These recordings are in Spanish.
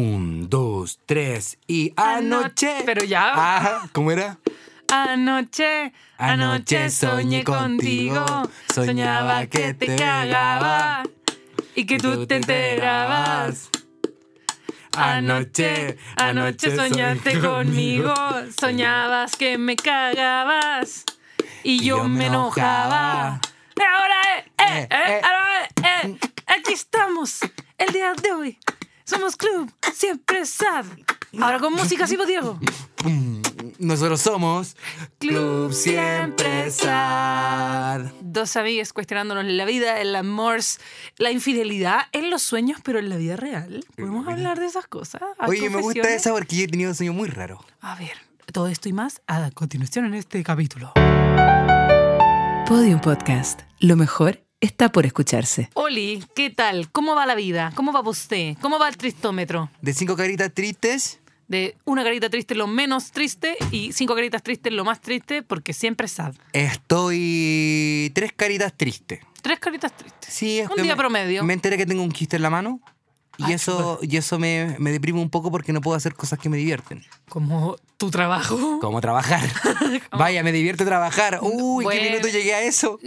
Un, dos, tres y Ano- anoche. Ah, pero ya. Ah, ¿Cómo era? Anoche, anoche soñé contigo, soñaba que te cagaba y que tú te enterabas. Anoche, anoche soñaste conmigo, soñabas que me cagabas y yo me enojaba. Ahora, eh, eh, eh, ahora, eh, aquí estamos, el día de hoy. Somos Club, siempre sad. Ahora con música, sí, pues, Diego. Nosotros somos Club Club Siempre Sad. Dos amigas cuestionándonos la vida, el amor, la infidelidad en los sueños, pero en la vida real. ¿Podemos hablar de esas cosas? ¿Hay Oye, me gusta confesiones? esa porque yo he tenido un sueño muy raro. A ver, todo esto y más a continuación en este capítulo. Podium Podcast. Lo mejor está por escucharse. Oli, ¿qué tal? ¿Cómo va la vida? ¿Cómo va usted? ¿Cómo va el tristómetro? De cinco caritas tristes. De una carita triste lo menos triste y cinco caritas tristes lo más triste porque siempre es sad. Estoy tres caritas tristes. Tres caritas tristes. Sí, es Un que día me- promedio. Me enteré que tengo un quiste en la mano y Ah, eso, y eso me, me deprime un poco porque no puedo hacer cosas que me divierten. Como tu trabajo. Como trabajar. Vaya, me divierte trabajar. Uy, ¿en Bueno. ¿qué minuto llegué a eso?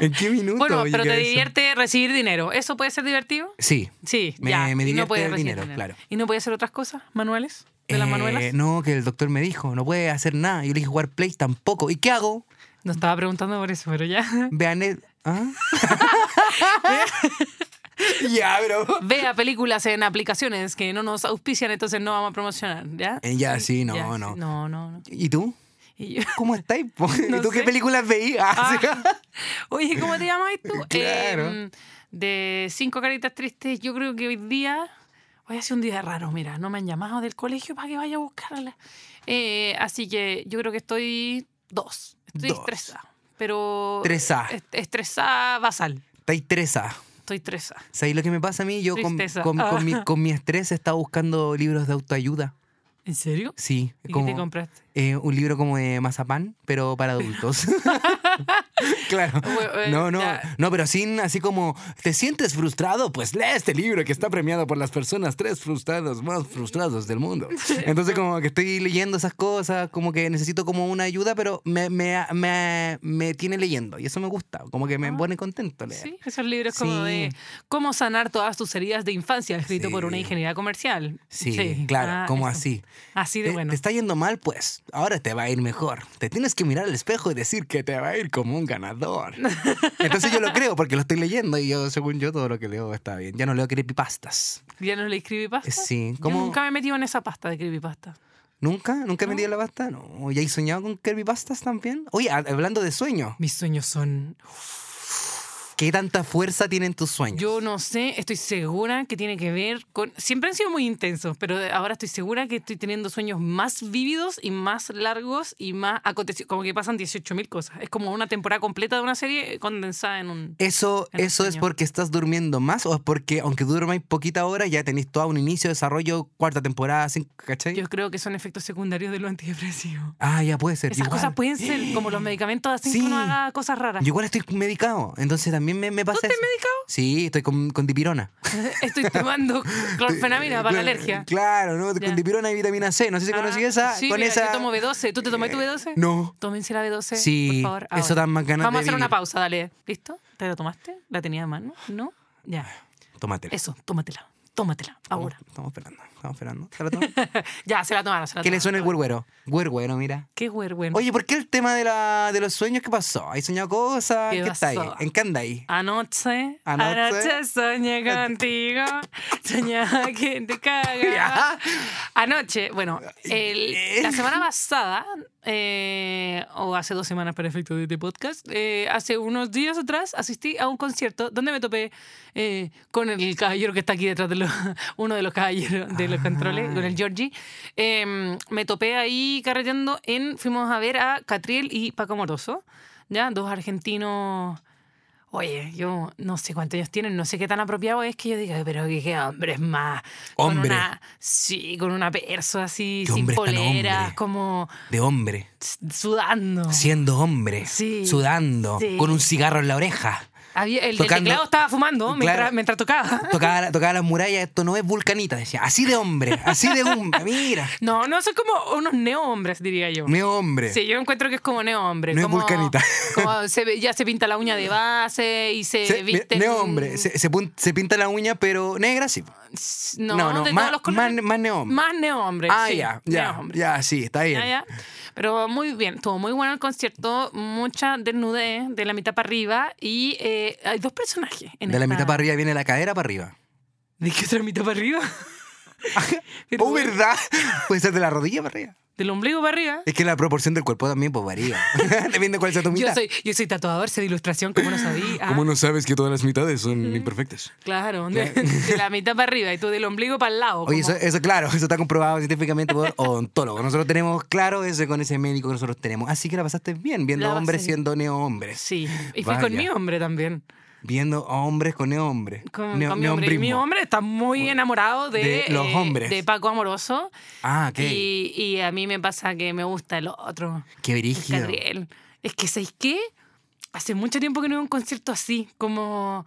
¿En qué minuto? Bueno, llegué pero te a eso? divierte recibir dinero. ¿Eso puede ser divertido? Sí. Sí, Me- ya. me y divierte no puede el recibir dinero, claro. ¿Y no puede hacer otras cosas manuales? ¿De las Eh, manuelas? No. No, que el doctor me dijo, no puede hacer nada. Yo le dije jugar Play tampoco. ¿Y qué hago? estaba preguntando por eso, pero ya. Vean el. ¿Ah? ya, bro. Vea películas en aplicaciones que no nos auspician, entonces no vamos a promocionar, ¿ya? Eh, ya, sí, no, Ya, no. No, no, no. ¿Y tú? Y yo- ¿Cómo estáis? po? No ¿Y tú sé. qué películas veías? Ah, Oye, ¿cómo te llamas tú? Claro. Eh, de cinco caritas tristes, yo creo que hoy día, hoy ha sido un día raro, mira, no me han llamado del colegio para que vaya a buscarla. Eh, así que yo creo que estoy dos, estoy Dos. estresada, pero... Estresada. est- Estresada basal, Estáis tresa. estoy estresada. ¿Sabéis lo que me pasa a mí? Yo con, Tristeza. con- con mi, Ah. con mi estrés estaba buscando libros de autoayuda. ¿En serio? Sí, ¿Y qué te como compraste? eh, un libro como de mazapán, pero para adultos. claro. Bueno, eh, No, no, ya. no, pero sin así como te sientes frustrado, pues lee este libro que está premiado por las personas tres frustrados más frustrados del mundo. Entonces como que estoy leyendo esas cosas, como que necesito como una ayuda, pero me, me, me, me tiene leyendo y eso me gusta, como que me Ah. pone contento leer. Sí, esos libros como Sí. de Cómo sanar todas tus heridas de infancia, escrito por una Sí. ingeniera comercial. Sí, claro, ah, como eso. así. Eh, Así de Te- bueno. Te está yendo mal, pues ahora te va a ir mejor. Te tienes que mirar al espejo y decir que te va a ir como un ganador. Entonces yo lo creo porque lo estoy leyendo y yo, según yo, todo lo que leo está bien. Ya no leo creepypastas. ¿Ya no leí creepypasta? Sí, Yo como- nunca me he metido en esa pasta de creepypasta. ¿Nunca? ¿Nunca he metido la pasta? No. ¿Ya he soñado con creepypastas también? Oye, a- hablando de sueños, Mis sueños son... ¿qué tanta fuerza tienen tus sueños? Yo no sé, estoy segura que tiene que ver con... Siempre han sido muy intensos, pero de- ahora estoy segura que estoy teniendo sueños más vívidos y más largos y más acontecidos. Como que pasan 18.000 cosas. Es como una temporada completa de una serie condensada en un... ¿Eso, en el eso es sueño. porque estás durmiendo más o es porque aunque durmáis poquita hora ya tenéis todo un inicio, desarrollo, cuarta temporada, cinco, ¿cachai? Yo creo que son efectos secundarios de lo antidepresivo. Ah, ya puede ser. Esas igual. cosas pueden ser como los medicamentos hacen que uno Sí. haga cosas raras. Yo igual estoy medicado, entonces también me, me pasa estás eso. Sí, estoy con, con dipirona. Estoy tomando clorfenamina para la alergia. Claro, ¿no? Ya. Con dipirona y vitamina C. No sé si conocí Ah, esa. sí, con mira, esa... Yo tomo B12. ¿Tú te tomas tu B12? No. Tómense la B12. Sí, por favor, eso ahora. da más ganas Vamos a de hacer una vivir. pausa, dale. ¿Listo? ¿Te la tomaste? ¿La tenía en mano? ¿No? Ya. Tómatela. Eso, tómatela. Tómatela. Estamos- Ahora. Estamos esperando, estamos esperando. ¿Se la toma? Ya, se la tomaron. Se la ¿Qué le tomaron, suena el se la tomaron. huerguero? Huerguero, mira. Qué huergüen. Oye, ¿por qué el tema de, la, de los sueños? ¿Qué pasó? ¿Hay soñado cosas? ¿Qué ¿Qué, está ahí? pasó? ¿En qué andáis? Anoche, anoche, Anoche. soñé contigo, soñaba que te cagaba. Anoche, bueno, el- la semana pasada, eh, o hace dos semanas para efecto de este podcast, eh, hace unos días atrás asistí a un concierto donde me topé eh, con el caballero que está aquí detrás de los, uno de los caballeros de los controles, con el Georgie. Em, me topé ahí carreteando en, fuimos a ver a Catriel y Paco Moroso, ya, dos argentinos Oye, yo no sé cuántos años tienen, no sé qué tan apropiado es que yo diga, pero qué, qué hombre es más. Hombre. Con una, sí, con una perso así, Qué sin hombre es tan polera, hombre. como De hombre, s- sudando. siendo hombre, Sí. sudando, Sí. con un cigarro en la oreja. Había- el, del Tocando- teclado estaba fumando mientras, Claro. mientras tocaba. Tocaba, tocaba las murallas, esto no es vulcanita, decía. Así de hombre, así de hombre, mira. No, no, son como unos neo-hombres, diría yo. Mi hombre. Sí, yo encuentro que es como neo-hombre. No es como, vulcanita. Como se, ve- ya se pinta la uña de base y se, Se- eh, viste. mira, neo-hombre. Se, se pun- se pinta la uña, pero negra, sí. No, No, no, de más- todos los colores. más- más neo-hombre. Más neo-hombre. Ah, sí, ya, ya, neo-hombre. ya, sí, está bien. Ya, ya. Pero muy bien, estuvo muy bueno el concierto, mucha desnudez de la mitad para arriba y eh, hay dos personajes. En De la esta- mitad para arriba viene la cadera para arriba. ¿De qué otra mitad para arriba? Pero Oh, bueno, ¿verdad? Puede ser de la rodilla para arriba. Del ombligo para arriba. Es que la proporción del cuerpo también pues, varía. Depende de cuál sea tu mitad. Yo soy, yo soy tatuador, sé de ilustración, como no sabía. Ah, no sabes que todas las mitades son imperfectas? Claro, de, de la mitad para arriba y tú del ombligo para el lado. Oye, como- eso, eso, claro, eso está comprobado científicamente por odontólogos. Nosotros tenemos claro eso con ese médico que nosotros tenemos. Así que la pasaste bien, viendo La pasé hombres bien. siendo neo-hombres. Sí, y fui con Vaya. mi hombre también. Viendo a hombres con neo-hombres. Con, Neo- con mi hombre. Y mi neohombrismo. hombre está muy enamorado de, eh, De los hombres. De Paco Amoroso. Ah, ok. Y, y a mí me pasa que me gusta el otro. Qué el brígido. Gabriel. Es que, ¿sabéis qué? Hace mucho tiempo que no veo un concierto así, como.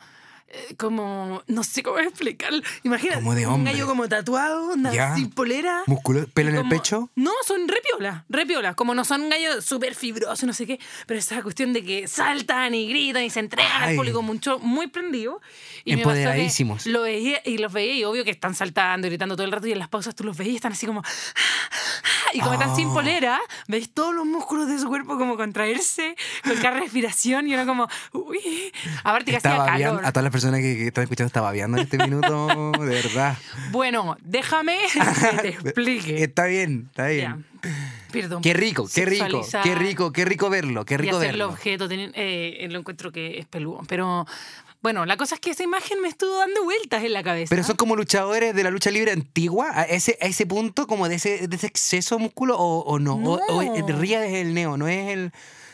eh, Como, no sé cómo explicar. Imagina, Como de un hombre. gallo como tatuado, nada, Ya. sin polera. Músculo, pelo en el Como- pecho. No, son repiolas, repiolas. Como no son gallos súper fibrosos, no sé qué. Pero esa cuestión de que saltan y gritan y se entregan al Ay. público mucho, muy prendido. Y me pasó que Empoderadísimos. Lo veía y los veía y obvio que están saltando, gritando todo el rato y en las pausas tú los veías y están así como... "Ah, Y como están sin Ah. polera, veis todos los músculos de su cuerpo como contraerse con cada respiración y uno como... Uy, aparte que Está hacía babeando- calor. A todas las personas que, que están escuchando, está babeando en este minuto, de verdad. Bueno, déjame que te explique. Está bien, está Ya. bien. Perdón. Qué rico, qué rico, Sexualizar. qué rico, qué rico verlo, qué rico y hacerlo verlo. objeto, tener, eh, lo encuentro que es peludo. Pero bueno, la cosa es que esa imagen me estuvo dando vueltas en la cabeza. Pero son como luchadores de la lucha libre antigua, a ese, a ese punto como de ese, de ese exceso de músculo o, o no. O, o No. el Ría es el neo, no es el...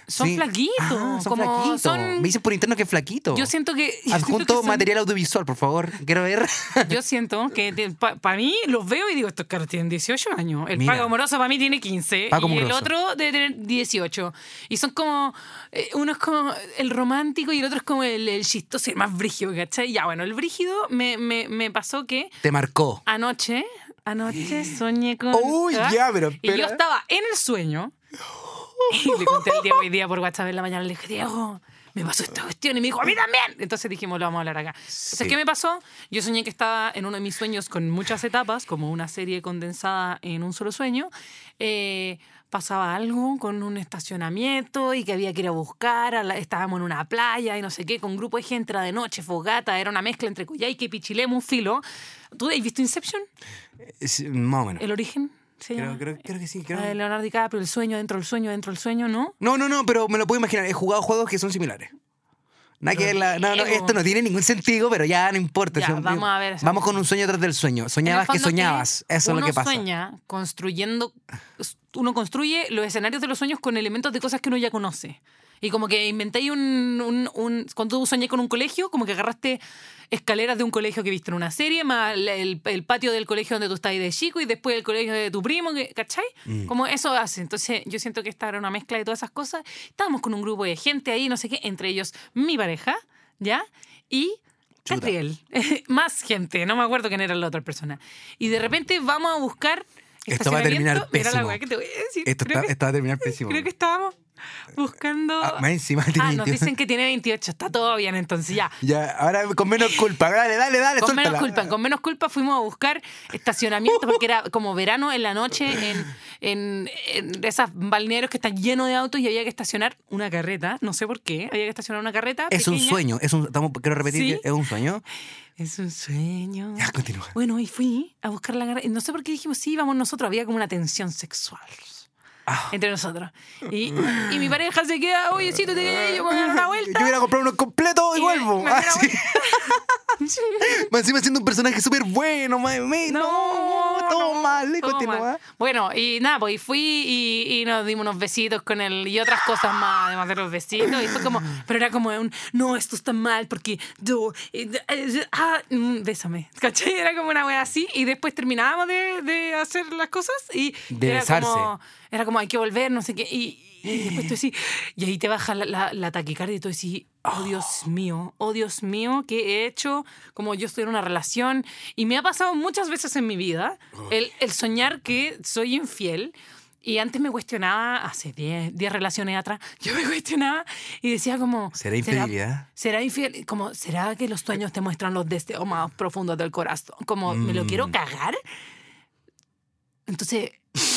Son flaquitos, Ah, son como flaquitos. son- Me dicen por interno que es flaquito. yo siento que. yo siento Adjunto que son- material audiovisual, por favor. Quiero ver. Yo siento que para mí los veo y digo, estos caras tienen 18 años. El Mira. Paco Amoroso para mí tiene 15 Paco y el Amoroso. otro debe tener 18. Y son como, eh, uno es como el romántico y el otro es como el, el chistoso y el más brígido, ¿cachai? Ya, bueno, el brígido me, me, me pasó que Te marcó. Anoche, anoche soñé con. Uy, ¿Ah? ya, pero Y yo espera. estaba en el sueño. Y le conté al Diego hoy día por WhatsApp en la mañana. Le dije, Diego, me pasó esta cuestión. Y me dijo, a mí también. Entonces dijimos, lo vamos a hablar acá. Entonces, Sí. ¿qué me pasó? Yo soñé que estaba en uno de mis sueños con muchas etapas, como una serie condensada en un solo sueño. Eh, pasaba algo con un estacionamiento y que había que ir a buscar. a la- estábamos en una playa y no sé qué, con un grupo de gente. Era de noche, fogata. Era una mezcla entre Coyhaique y Pichilemu, un filo. ¿Tú has visto Inception? Es- Más o menos. ¿El origen? ¿Se Creo, llama? creo- creo que sí. creo- La de Leonardo DiCaprio, el sueño, dentro del sueño, dentro del sueño, ¿no? No, no, no, pero me lo puedo imaginar. He jugado juegos que son similares. Nada que ver la- no, no, Diego. esto no tiene ningún sentido, pero ya no importa. Ya, Son- vamos a ver esa Vamos con un sueño tras del sueño. Soñabas En que el fondo soñabas. Eso es lo uno que pasa. sueña construyendo, uno construye los escenarios de los sueños con elementos de cosas que uno ya conoce. Y como que inventáis un, un, un- Cuando tú soñé con un colegio, como que agarraste escaleras de un colegio que viste en una serie, más la- el, el patio del colegio donde tú estás ahí de chico y después el colegio de tu primo, que- ¿cachai? Como eso hace. Entonces yo siento que esta era una mezcla de todas esas cosas. Estábamos con un grupo de gente ahí, no sé qué, entre ellos mi pareja, ¿ya? Y Chuta. Catriel. Más gente, no me acuerdo quién era la otra persona. Y de repente vamos a buscar. Esto va a terminar estacionamiento. Mira la pésimo. weá que te voy a decir. Esto, creo, está, que, esto va a terminar pésimo. creo que estábamos buscando. Ah, más encima tiene Ah, nos 22. dicen que tiene 28. Está todo bien, entonces ya. Ya, ahora con menos culpa. Dale, dale, dale. Con menos suéltala. culpa, con menos culpa fuimos a buscar estacionamiento porque era como verano en la noche en, en, en esas balnearios que están llenos de autos y había que estacionar una carreta, no sé por qué, había que estacionar una carreta. Es un pequeña. sueño. Es un, estamos- quiero repetir Sí. Ah. que es un sueño. Es un sueño. Ya, continúa. Bueno, y fui a buscar la garra. y No sé por qué dijimos, sí, vamos nosotros. Había como una tensión sexual Ah. Mm. entre nosotros. Y, y mi pareja se queda, oye, sí, tú te quedas, yo me voy a dar una Yo vuelta. voy a comprar uno completo y, Y me- Ah. vuelvo. me voy a dar Ah, sí. Más encima siendo un personaje súper bueno. mae, mae, no, todo mal. todo continúa. mal. Bueno, y nada, pues y fui y, y nos dimos unos besitos con él y otras cosas más, además de los besitos. Y fue como, pero era como un, no, esto está mal porque yo, eh, eh, ah, mm, bésame. ¿Cachai? Era como una wea así. Y después terminábamos de, de hacer las cosas y De era besarse. como, era como, hay que volver, no sé qué. Y, Y Y después tú decís, y ahí te baja la, la- la taquicardia y tú decís, oh Dios mío, oh Dios mío, ¿qué he hecho? Como yo estoy en una relación y me ha pasado muchas veces en mi vida el, el soñar que soy infiel. Y antes me cuestionaba, hace 10 10 relaciones atrás, yo me cuestionaba y decía como... ¿Será infidelidad? ¿Será infiel? Como, ¿será que los sueños te muestran los deseos más profundos del corazón? Como, ¿me Mm. lo quiero cagar? Entonces,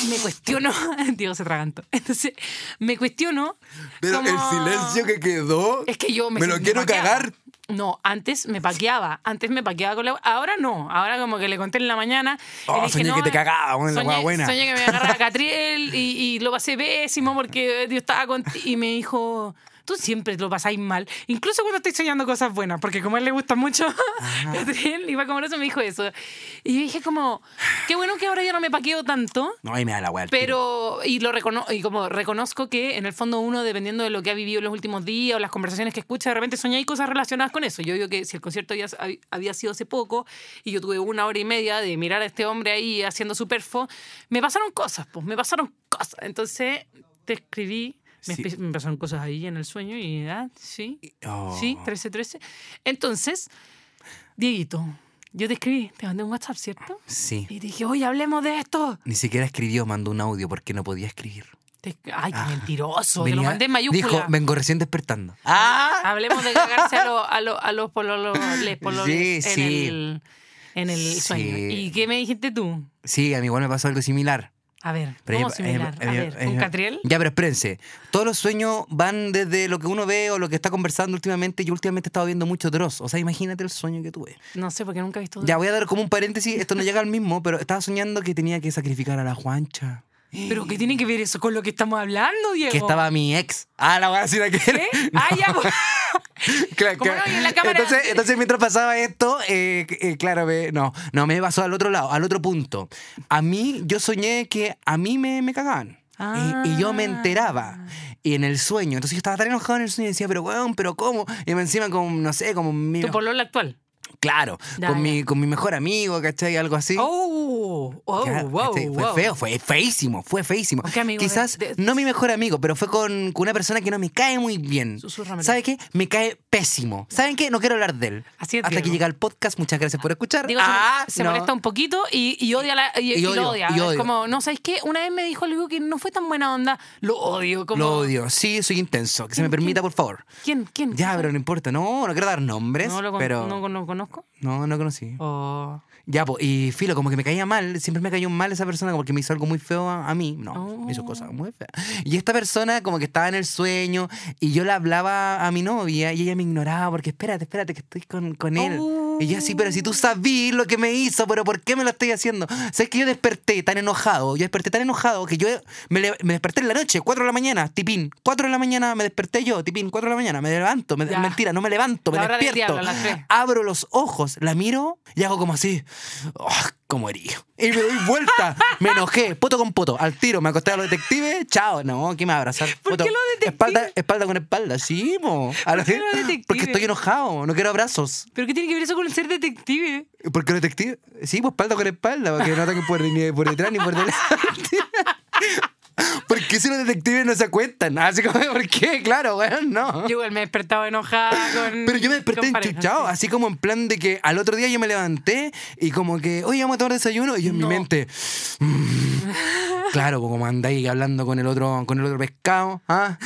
me cuestiono. Diego se atragantó. Entonces, me cuestiono. Pero el como- silencio que quedó. Es que yo me. me lo quiero paqueaba. cagar. No, antes me paqueaba. Antes me paqueaba con la. Ahora no. Ahora, como que le conté en la mañana. y Oh, le dije, soñé no, que te cagaba, bueno, la soñé- hueá buena. Soñé que me agarraba Catriel y, y lo pasé pésimo porque Dios estaba contigo. Y me dijo, tú siempre lo pasáis mal, incluso cuando estoy soñando cosas buenas, porque como a él le gusta mucho, Catriel iba a comer eso y me dijo eso. Y yo dije como, qué bueno que ahora ya no me paqueo tanto. No, ahí me da la hueá. al tiro. Pero, y lo recono y como reconozco que en el fondo uno, dependiendo de lo que ha vivido en los últimos días o las conversaciones que escucha, de repente soñé hay cosas relacionadas con eso. Yo digo que si el concierto había, hab- había sido hace poco y yo tuve una hora y media de mirar a este hombre ahí haciendo su perfo, me pasaron cosas, pues, me pasaron cosas. Entonces te escribí, me, Sí. espe- me pasaron cosas ahí en el sueño y, ah, sí, Oh. sí, 13-13. Entonces, Dieguito, yo te escribí, te mandé un WhatsApp, ¿cierto? Sí. Y te dije, oye, hablemos de esto. Ni siquiera escribió, mandó un audio porque no podía escribir. Te- Ay, qué Ah. mentiroso. te lo Venía- mandé en mayúscula. Dijo, vengo recién despertando. ¡Ah! Hablemos de cagarse a, lo- a, lo- a los pololos, les pololes Sí, en sí. el, en el Sí. sueño. ¿Y qué me dijiste tú? Sí, a mí igual me pasó algo similar. A ver, Pero ¿cómo ahí- similar? ahí- a ahí- ver, ahí- ¿con Catriel? Ya, pero espérense. Todos los sueños van desde lo que uno ve o lo que está conversando últimamente. Yo últimamente he estado viendo mucho Dross. O sea, imagínate el sueño que tuve. No sé, porque nunca he visto... Ya, voy a dar como un paréntesis. Esto no llega al mismo, pero estaba soñando que tenía que sacrificar a la Juancha. ¿Pero qué tiene que ver eso con lo que estamos hablando, Diego? Que estaba mi ex. Ah, la voy a decir aquí. ¿Qué? Ah, ya, pues. Claro, Como claro. no, y en la cámara- Entonces, entonces, mientras pasaba esto, eh, eh, claro, me- no, no, me pasó al otro lado, al otro punto. A mí, yo soñé que a mí me, me cagaban. Y, y yo me Ah. enteraba y en el sueño. Entonces yo estaba tan enojado en el sueño y decía, pero weón, pero ¿cómo? Y encima con, no sé, como mi, ¿Tu polola actual? claro, Ya, con, ya. mi, con mi mejor amigo, ¿cachai? Algo así. ¡Oh! ¡Oh, Claro, wow, ¿cachai? este, fue wow. feo, fue feísimo, fue feísimo. ¿Con qué amigo? Quizás De- no mi mejor amigo, pero fue con, con una persona que no me cae muy bien. Susúrramelo. ¿Sabe qué? Me cae pésimo. ¿Saben qué? No quiero hablar de él. Así es, Hasta que Diego. llega el podcast, muchas gracias por escuchar. Diego se- ah, se, no. molesta un poquito y, y odia la, y, Y y odio, lo odia. y Es odio. Como, no, ¿sabéis qué? Una vez me dijo algo que no fue tan buena onda. Lo odio. Como, Lo odio. Sí, soy intenso. Que se me permita, por favor. ¿Quién? ¿Quién? Ya, pero no importa. No, no quiero dar nombres. no lo, con- pero... no, con- no conozco. No, no conocí. O- Ya, po, y Filo, como que me caía mal, siempre me cayó mal esa persona, como que me hizo algo muy feo a, a mí. No, me hizo Oh. cosas muy feas. Y esta persona como que estaba en el sueño y yo le hablaba a mi novia y ella me ignoraba porque espérate, espérate, que estoy con, con él. Y yo así, pero si tú sabías lo que me hizo, pero ¿por qué me lo estoy haciendo? ¿Sabes que yo desperté tan enojado? Yo desperté tan enojado que yo me, le- me desperté en la noche, 4 de la mañana, tipín, 4 de la mañana me desperté yo, tipín, 4 de la mañana, me levanto, me- Ya. mentira, no me levanto, me La hora del despierto diablo, a las tres. abro los ojos, la miro y hago como así, oh, como herido. Y me doy vuelta, me enojé, poto con poto, al tiro, me acosté a los detectives, chao, no, ¿quién me va a abrazar? ¿Por Poto. qué los detectives? Espalda, espalda con espalda, sí, mo. A ¿Por qué los detectives? Porque estoy enojado, no quiero abrazos. ¿Pero qué tiene que ver eso con el ser detective? Porque los detectives, sí, pues espalda con espalda, porque no ataquen por, ni por detrás ni por delante. ¿Por qué si los detectives no se cuentan? Así como, ¿por qué? Claro, weón, no. Yo igual me he despertado enojada con. Pero yo me desperté con pareja, enchuchado, sí. así como en plan de que al otro día yo me levanté y como que, oye, vamos a tomar desayuno. Y yo en No. mi mente, mm, claro, como andáis hablando con el otro, con el otro pescado, ¿ah?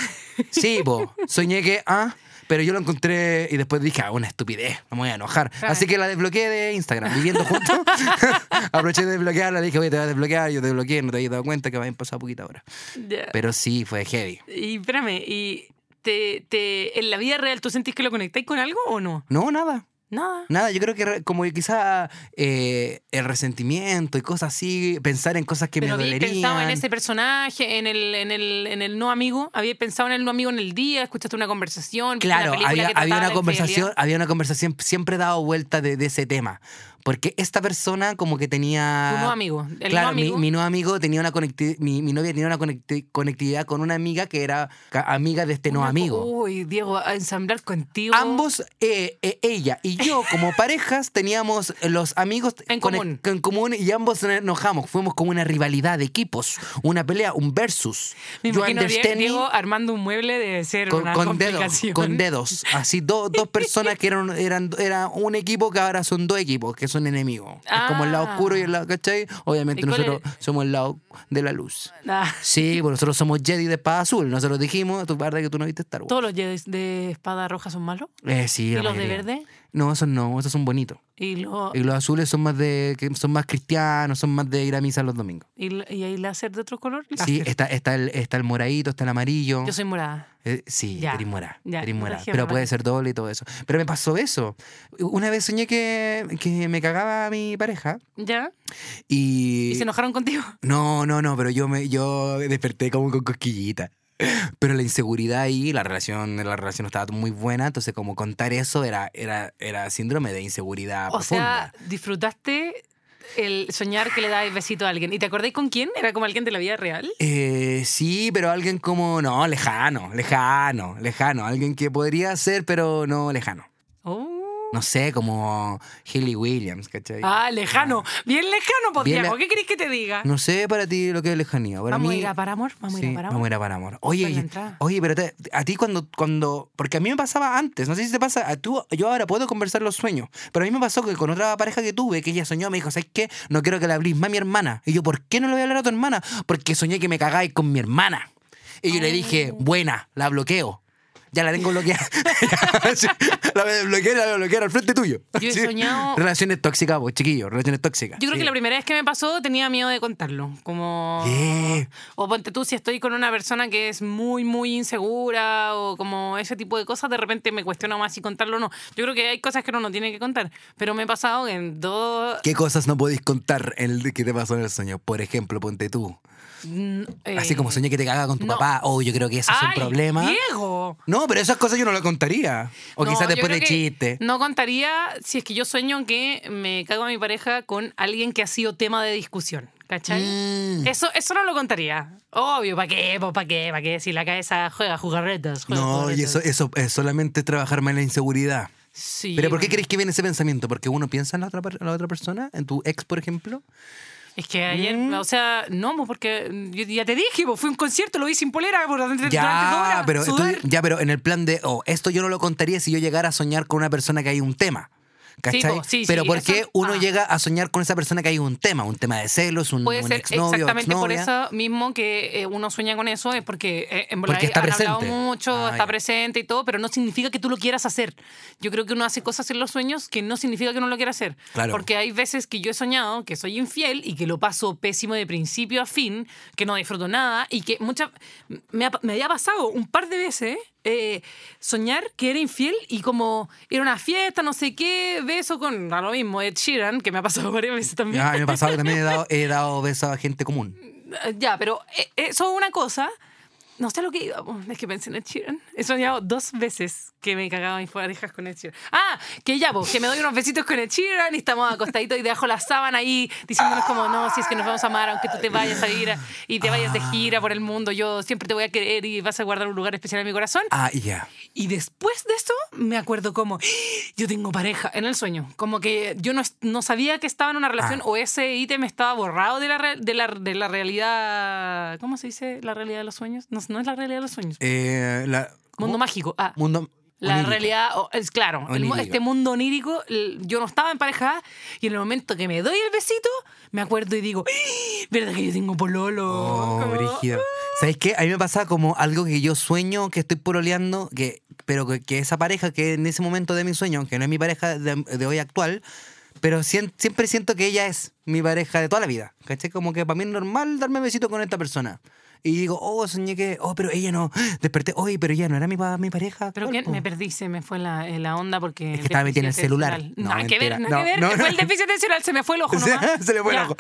Sí, po, soñé que, ¿ah? Pero yo lo encontré y después dije, ah, una estupidez, no me voy a enojar. Claro. Así que la desbloqueé de Instagram, viviendo juntos. Aproveché de desbloquearla, le dije, oye, te voy a desbloquear, yo te desbloqueé, no te habías dado cuenta que me habían pasado poquita hora. Ya. Pero sí, fue heavy. Y espérame, ¿y te, te, en la vida real tú sentís que lo conectáis con algo o no? No, nada. Nada. Nada, yo creo que re- como que quizá eh, el resentimiento y cosas así, pensar en cosas que Pero me habéis dolerían. pensado en ese personaje, en el, en el, en el no amigo. Habías pensado en el no amigo en el día, escuchaste una conversación. viste Claro, una película había, que trataba había la una infidelidad. conversación, había una conversación siempre he dado vuelta de, de ese tema. Porque esta persona como que tenía... Tu nuevo amigo. El ah, claro, nuevo amigo. Mi, mi nuevo amigo tenía una conecti- mi, mi novia tenía una conecti- conectividad con una amiga que era ca- amiga de este nuevo Una- amigo. Uy, Diego, a ensamblar contigo. Ambos, eh, eh, ella y yo, como parejas, teníamos los amigos En con- común. en común y ambos nos enojamos. Fuimos como una rivalidad de equipos, una pelea, un versus. Me You imagino a Die- understand me? Diego armando un mueble de ser con, una con dedos, complicación. con dedos. Así do- dos personas que eran, eran era un equipo que ahora son dos equipos, que son enemigos. Es como el lado Ah. oscuro y el lado, ¿cachai? ¿Y Obviamente cuál nosotros somos el lado de la luz. Ah, Sí, pues nosotros somos Jedi de espada azul, nosotros dijimos, tú verdad que tú no viste Star Wars. ¿Todos los Jedi de espada roja son malos? Eh, sí, ¿Y la los de mayoría. verde? No, esos no, esos son bonitos. ¿Y, lo, Y los azules son más de que son más cristianos, son más de ir a misa los domingos. y, la- y hay láser de otro color? Sí, Láser. está, está el, está el moradito, está el amarillo. Yo soy morada. Eh, sí, Ya, eres morada, ya, eres no morada, dejé Pero hablar. puede ser doble y todo eso. Pero me pasó eso. Una vez soñé que, que me cagaba mi pareja ¿Ya? y... ¿Y se enojaron contigo? No, no, no, pero yo me yo desperté como con cosquillita. Pero la inseguridad ahí, la relación, la relación no estaba muy buena, entonces como contar eso era, era, era síndrome de inseguridad O profunda. sea, disfrutaste el soñar que le dais besito a alguien. ¿Y te acordáis con quién? ¿Era como alguien de la vida real? Eh, sí, pero alguien como, no, lejano, lejano, lejano, alguien que podría ser, pero no lejano. Oh. No sé, como Hilly Williams, ¿cachai? Ah, lejano. Bien lejano, pues, Bien Diego. le- ¿Qué querés que te diga? No sé para ti lo que es lejanía. Para vamos mí, a ir a Paramor. Vamos a ir sí, a vamos Paramor. a ir a Paramore. Oye, Para la y- entrada. oye, pero te- a ti cuando, cuando. Porque a mí me pasaba antes, no sé si te pasa. A tú, yo ahora puedo conversar los sueños, pero a mí me pasó que con otra pareja que tuve, que ella soñó, me dijo, ¿sabes qué? No quiero que le hablís más a mi hermana. Y yo, ¿por qué no le voy a hablar a tu hermana? Porque soñé que me cagáis con mi hermana. Y yo le dije, buena, la bloqueo. Ya la tengo bloqueada. Sí, la bloqueé, la voy a bloquear al frente tuyo. Yo he Sí. soñado- Relaciones tóxicas, vos, chiquillos, relaciones tóxicas. Yo creo Sí. que la primera vez que me pasó tenía miedo de contarlo. Como. Yeah. O ponte tú, si estoy con una persona que es muy, muy insegura o como ese tipo de cosas, de repente me cuestiono más si contarlo o no. Yo creo que hay cosas que uno no tiene que contar. Pero me he pasado en dos. ¿Qué cosas no podéis contar en el que te pasó en el sueño? Por ejemplo, ponte tú. eh, Así como soñé que te cagaba con tu no. papá. Oh, yo creo que eso es un ¡Ay, problema. ¡Diego! No, pero esas cosas yo no las contaría. O No, quizás yo después creo de que chiste. No contaría si es que yo sueño que me cago a mi pareja con alguien que ha sido tema de discusión. ¿Cachai? Mm. Eso, eso no lo contaría. Obvio, ¿para qué? ¿Para qué? ¿Para qué? Si la cabeza juega jugarretas. juega No, y jugarretas. eso, eso es solamente trabajar más la inseguridad. Sí, ¿Pero por qué bueno. crees que viene ese pensamiento? ¿Porque uno piensa en la otra, per- en la otra persona? ¿En tu ex, por ejemplo? Es que ayer, Mm. o sea, no, mo, porque mm, yo ya te dije, mo, fue un concierto, lo vi sin polera por durante, durante dos Ya horas, pero, tú- sudar. ya, pero en el plan de, oh, esto yo no lo contaría si yo llegara a soñar con una persona que hay un tema. ¿Cachai? po, sí, pero sí, ¿por eso- qué uno ah. llega a soñar con esa persona que hay un tema? Un tema de celos, un, Puede un ser exnovio, exactamente por exnovia. eso mismo que eh, uno sueña con eso, es porque eh, en verdad Porque está han hablado presente. mucho, Ah, está ya. presente y todo, pero no significa que tú lo quieras hacer. Yo creo que uno hace cosas en los sueños que no significa que uno lo quiera hacer. Claro. Porque hay veces que yo he soñado que soy infiel y que lo paso pésimo de principio a fin, que no disfruto nada y que muchas... Me, ha- me había pasado un par de veces eh, soñar que era infiel y como era una fiesta, no sé qué, beso con a lo mismo Ed Sheeran, que me ha pasado varias veces también. Ya, me ha pasado que también he dado, he dado besos a gente común. Eh, Ya, pero eh, eso es una cosa. No sé lo que íbamos, es que pensé en Ed Sheeran. He soñado dos veces que me cagaba mis parejas con Ed Sheeran. Ah, que ya, pues, que me doy unos besitos con Ed Sheeran y estamos acostaditos y dejo la sábana ahí diciéndonos como, no, si es que nos vamos a amar, aunque tú te vayas a ir a- y te vayas de gira por el mundo, yo siempre te voy a querer y vas a guardar un lugar especial en mi corazón. Ah, ya. Y después de eso me acuerdo como, "¡Ah! yo tengo pareja en el sueño. Como que yo no, es- no sabía que estaba en una relación Ah. o ese ítem estaba borrado de la, re- de, la, de la realidad... ¿Cómo se dice? La realidad de los sueños. No, no es la realidad de los sueños. Eh, la, ¿cómo? Mundo mágico. Ah, Mundo. la onírico. realidad, o- es claro, el mu- Onírico. este mundo onírico, l- yo no estaba en pareja y en el momento que me doy el besito, me acuerdo y digo, "¡Ah! ¿verdad que yo tengo pololo? Oh, Como, uh. brígido. ¿Sabes qué? A mí me pasa como algo que yo sueño, que estoy pololeando, que, pero que, que esa pareja que en ese momento de mi sueño, que no es mi pareja de, de hoy actual, pero sien- siempre siento que ella es mi pareja de toda la vida. ¿Cachai? Como que para mí es normal darme besito con esta persona. y digo, oh, soñé que, oh, pero ella no, desperté, oye, pero ella no era mi, pa- mi pareja. Pero actual, que po". me perdí, se me fue la, eh, la onda porque. Es que estaba metida en el déficit celular. atencional. No, No, hay que ver, mentira. nada No, que ver. no, que no. Fue el déficit atencional, se me fue el ojo. Se, nomás. se le fue el Ya. ojo.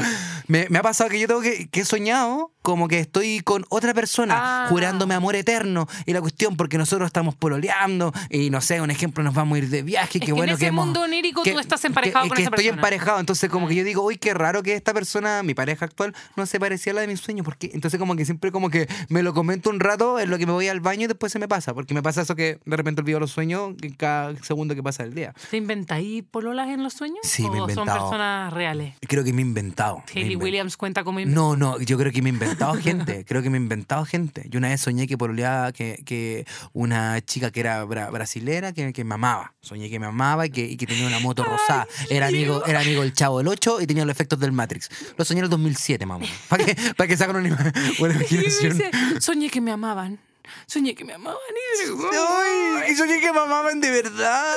Me, me ha pasado que yo tengo que, que he soñado como que estoy con otra persona Ah. jurándome amor eterno y la cuestión porque nosotros estamos pololeando y no sé, un ejemplo, nos vamos a ir de viaje, Es qué que en bueno ese que hemos- mundo onírico tú estás emparejado que, con que esa estoy persona. Ah. emparejado, entonces como que yo digo, uy, qué raro que esta persona, mi pareja actual, no se parecía a la de mis sueños, porque entonces como que siempre como que me lo comento un rato en lo que me voy al baño y después se me pasa, porque me pasa eso que de repente olvido los sueños en cada segundo que pasa del día. ¿Te inventáis pololas en los sueños? Sí, me he ¿O son inventado. personas reales? Creo que me he inventado. me he Hayley inventado. Williams cuenta como inventado. No, no, yo creo que me he inventado gente. Creo que me he inventado gente. Yo una vez soñé que pololeaba que, que una chica que era bra- brasilera que, que me amaba. Soñé que me amaba y que, y que tenía una moto rosada. Era amigo, era amigo del Chavo del 8 y tenía los efectos del Matrix. Lo soñé en el 2007, mamá. Para que, para que saquen una, ima- una Y imaginación. dice, soñé que me amaban. Soñé que me amaban. Y dices, ¡Ay! Y soñé que me amaban de verdad.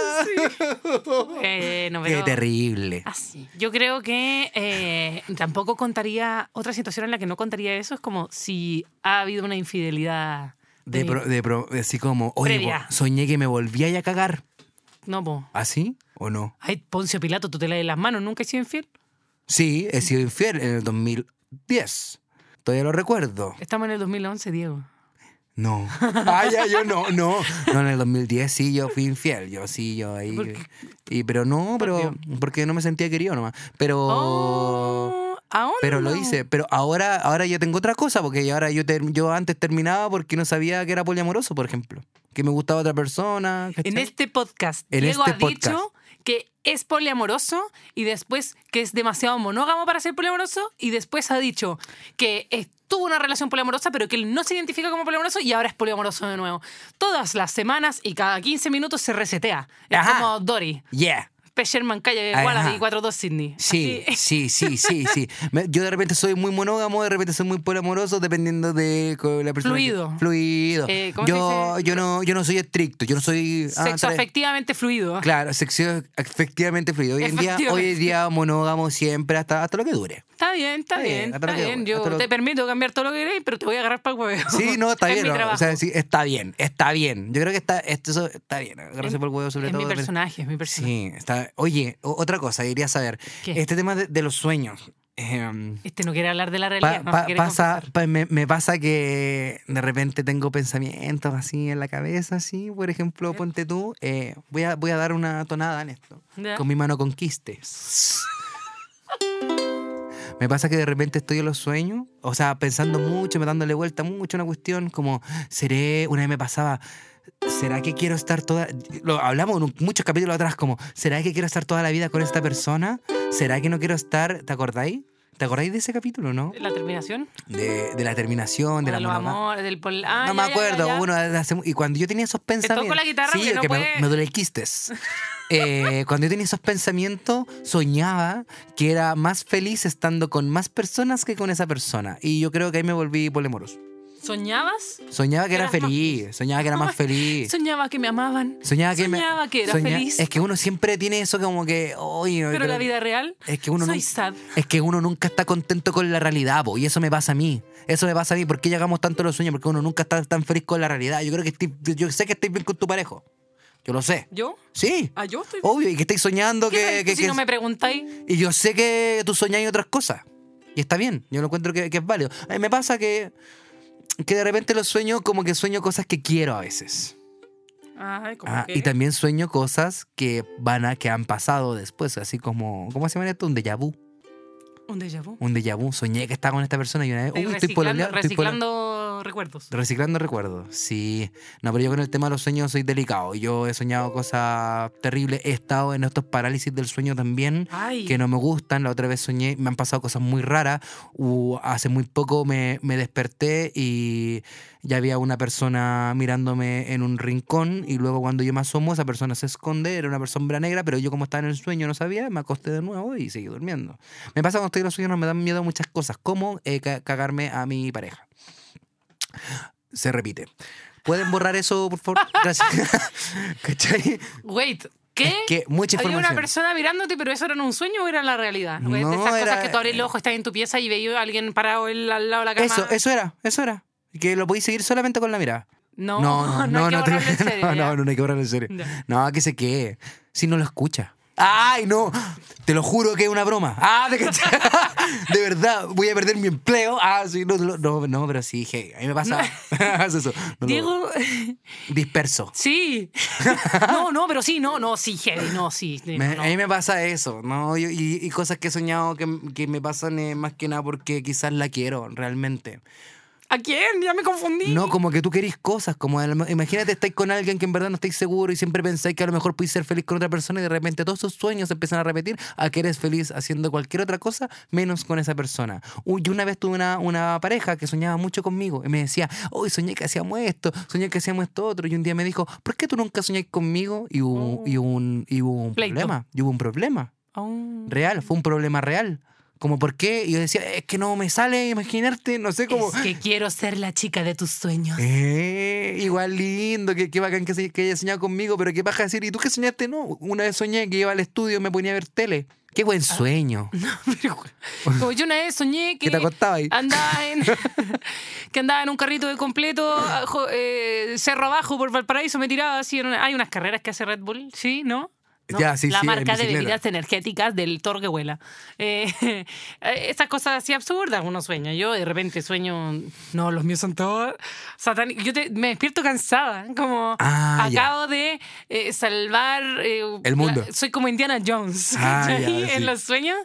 eh, no, Qué pero- terrible. Así. Yo creo que eh, tampoco contaría otra situación en la que no contaría eso. Es como si ha habido una infidelidad. De, pro- de pro- así como, oye, Previa. bo- soñé que me volvía a cagar. No, po. ¿Así o no? Ay, Poncio Pilato, tú te laves las manos, nunca he sido infiel. Sí, he sido infiel en el 2010. Todavía lo recuerdo. Estamos en el 2011, Diego. No. Ah, ya, yo no, no. No, en el 2010 sí yo fui infiel. Yo sí, yo ahí. ¿Por qué? Y, pero no, pero. Porque no me sentía querido nomás. Pero. Oh, ahora Pero lo no. hice. Pero ahora, ahora yo tengo otra cosa, porque ahora yo, ter- yo antes terminaba porque no sabía que era poliamoroso, por ejemplo. Que me gustaba otra persona. En ¿cachai? este podcast, En Diego este ha dicho podcast. que es poliamoroso y después que es demasiado monógamo para ser poliamoroso y después ha dicho que es- tuvo una relación poliamorosa pero que él no se identifica como poliamoroso y ahora es poliamoroso de nuevo. Todas las semanas y cada 15 minutos se resetea. Es Ajá. como Dory, Yeah. Pesher Mancaya, Ajá. Wallaby, 42 Sydney. Sí, Así. sí, sí, sí, sí. Me- Yo de repente soy muy monógamo, de repente soy muy poliamoroso, dependiendo de co- la persona. que- Fluido. fluido. Eh, ¿cómo se yo, dice? yo no, yo no soy estricto, yo no soy. ah, Sexo tra- afectivamente fluido. Claro, sexo efectivamente fluido. Hoy en día, hoy en Efectivamente. día monógamo siempre hasta, hasta lo que dure. Está bien, está, Está bien, bien, hasta está lo que- bien. hasta Yo lo- te permito cambiar todo lo que queréis, pero te voy a agarrar para el huevo. Sí, no, está Es bien. mi ¿no? O trabajo. sea, sí, está bien, está bien. Yo creo que está, esto- eso está bien. Gracias Es- por el huevo sobre es todo. mi pero- personaje, es mi personaje. Sí, está. Oye, o- otra cosa, quería saber. ¿Qué? Este tema de, de los sueños. em, Este no quiere hablar de la Pa- realidad. no pa- se quiere pasa, confesar. pa- me, me pasa que de repente tengo pensamientos así en la cabeza, así. Por ejemplo, ponte tú, eh, voy, a, voy a dar una tonada en esto. Ya. Con mi mano conquiste. Me pasa que de repente estoy en los sueños, o sea, pensando mucho, me dándole vuelta mucho a una cuestión, como, seré, una vez me pasaba, ¿será que quiero estar toda, lo hablamos en un- muchos capítulos atrás, como, ¿será que quiero estar toda la vida con esta persona? ¿Será que no quiero estar, ¿te acordáis? ¿Te acordáis de ese capítulo, no? ¿La terminación? de, de la terminación, de ¿O la de Ah, los monogamia. amores, del pol... Ah, no ya, me ya, acuerdo, ya, ya. uno de hace mu- y cuando yo tenía esos pensamientos, la guitarra sí, porque no que me- puede- me, duele el quistes. Eh, cuando yo tenía esos pensamientos, soñaba que era más feliz estando con más personas que con esa persona, y yo creo que ahí me volví polemoroso. ¿Soñabas? Soñaba que era Eras más feliz, soñaba que era más feliz. Soñaba que me amaban. Soñaba que, me- Soñaba que era soña- feliz. Es que uno siempre tiene eso como que, "Oye, Pero creo la que- vida real. es que uno soy nun- sad. Es que uno nunca está contento con la realidad, po, y eso me pasa a mí. Eso me pasa a mí. ¿Por qué llegamos tanto a los sueños? Porque uno nunca está tan feliz con la realidad. Yo creo que estoy- yo sé que estáis bien con tu parejo. Yo lo sé. ¿Yo? Sí. Ah, yo estoy. Obvio, y que estáis soñando ¿Qué que, sabes tú que- si que- no me preguntáis? Y yo sé que tú soñáis otras cosas. Y está bien. Yo lo encuentro que, que es válido. A mí me pasa que, que de repente los sueños como que sueño cosas que quiero a veces. Ay, como Ah, y también sueño cosas que van a, que han pasado después. Así como, ¿cómo se llama esto? Un déjà vu. Un déjà vu. un déjà vu. Soñé que estaba con esta persona y una vez. Estoy Uy, estoy reciclando, pololeando. estoy polo- reciclando recuerdos. Reciclando recuerdos, sí. No, pero yo con el tema de los sueños soy delicado. Yo he soñado cosas terribles. He estado en estos parálisis del sueño también Ay. que no me gustan. La otra vez soñé, me han pasado cosas muy raras. Hubo- hace muy poco me, me desperté y ya había una persona mirándome en un rincón. Y luego cuando yo me asomo, esa persona se esconde. Era una persona negra, pero yo como estaba en el sueño no sabía, me acosté de nuevo y seguí durmiendo. Me pasa cuando estoy en los sueños, no me dan miedo muchas cosas, como eh, ca- cagarme a mi pareja. Se repite. ¿Pueden borrar eso, por favor? Gracias. ¿Cachai? Wait, ¿qué? Que mucha Había información. una persona mirándote, pero eso era en un sueño o era la realidad. No, de esas era- cosas que tú abres el ojo, estás en tu pieza y veías a alguien parado en- al lado de la cama. Eso, eso era, eso era. Que lo podéis seguir solamente con la mirada. No, no, no, no, te- hay que borrarlo en serio, no, no, ya. no, no hay que borrarlo en serio. Ya. No, que se quede. Si no lo escucha. ¡Ay, no! Te lo juro que es una broma. ¡Ah, te caché! De verdad, voy a perder mi empleo. Ah, sí, no, no, no, no, pero sí, hey, a mí me pasa. Haz eso. No, no. Diego, Disperso. sí. No, no, pero sí, no, no, sí, heavy, no, sí. no, Me- no. A mí me pasa eso, ¿no? Yo- y, y cosas que he soñado que, que me pasan eh, más que nada porque quizás la quiero realmente. ¿A quién? Ya me confundí. No, como que tú querís cosas, como a lo- imagínate estáis con alguien que en verdad no estáis seguro y siempre pensáis que a lo mejor podéis ser feliz con otra persona y de repente todos sus sueños se empiezan a repetir a que eres feliz haciendo cualquier otra cosa menos con esa persona. Uy, Yo una vez tuve una, una pareja que soñaba mucho conmigo y me decía, hoy soñé que hacíamos esto, soñé que hacíamos esto otro y un día me dijo, ¿por qué tú nunca soñáis conmigo? Y hubo, y hubo un, y hubo un Pleito. problema, y hubo un problema Aún- real, fue un problema real. Como, ¿por qué? Y yo decía, es que no me sale imaginarte, no sé cómo... Es que quiero ser la chica de tus sueños. Eh, igual lindo, que qué bacán que, se- que haya soñado conmigo, pero qué paja decir, ¿y tú qué soñaste? No, una vez soñé que iba al estudio y me ponía a ver tele. Qué buen sueño. Pero, como yo una vez Que soñé que te acostaba ahí. andaba en que andaba en un carrito de completo ah, jo- eh, cerro abajo por Valparaíso me tiraba así en una- hay unas carreras que hace Red Bull sí no ¿No? Ya, sí, la sí, en marca de bicicleta. bebidas energéticas del Torquehuela. Eh, estas cosas así absurdas, uno sueña. Yo de repente sueño, no, los míos son todos satánicos. Yo te- me despierto cansada, como Ah, ya. acabo de eh, salvar... eh, El mundo. la- soy como Indiana Jones Ah, ¿cachai? ya, sí. en los sueños,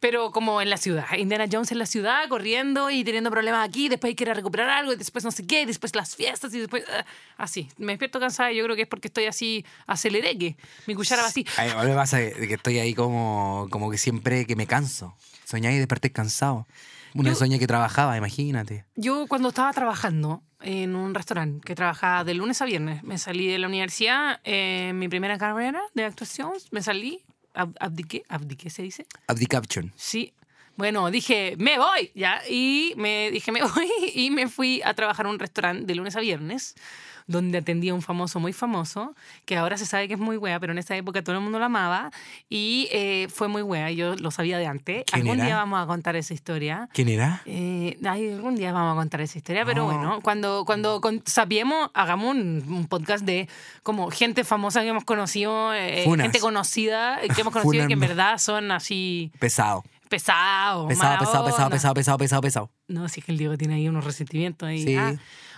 pero como en la ciudad. Indiana Jones en la ciudad, corriendo y teniendo problemas aquí, después hay que ir a recuperar algo, y después no sé qué, y después las fiestas, y después... ah, así, me despierto cansada y yo creo que es porque estoy así aceleré, que mi cuchara va así. Ay, a mí me pasa que, que estoy ahí como, como que siempre que me canso. Soñé y desperté cansado. Una Yo- soñé que trabajaba, imagínate. Yo cuando estaba trabajando en un restaurante que trabajaba de lunes a viernes, me salí de la universidad, eh, mi primera carrera de actuación, me salí, ab- abdiqué, abdiqué se dice, Abdicaption. Sí. Bueno, dije, me voy, ya. Y me dije, me voy. Y me fui a trabajar a un restaurante de lunes a viernes, donde atendía a un famoso muy famoso, que ahora se sabe que es muy wea, pero en esa época todo el mundo lo amaba. Y eh, fue muy wea, yo lo sabía de antes. ¿Quién Algún era? día vamos a contar esa historia. ¿Quién era? Eh, ay, algún día vamos a contar esa historia, pero No. bueno, cuando, cuando con- sapiemos, hagamos un, un podcast de como gente famosa que hemos conocido, eh, Funas. gente conocida eh, que hemos conocido y que en Funarme. verdad son así Pesado. pesado. Pesado, Oh, mala pesado, pesado, onda. pesado, pesado, pesado, pesado. No, si es que el Diego tiene ahí unos resentimientos ahí. Sí. Ah,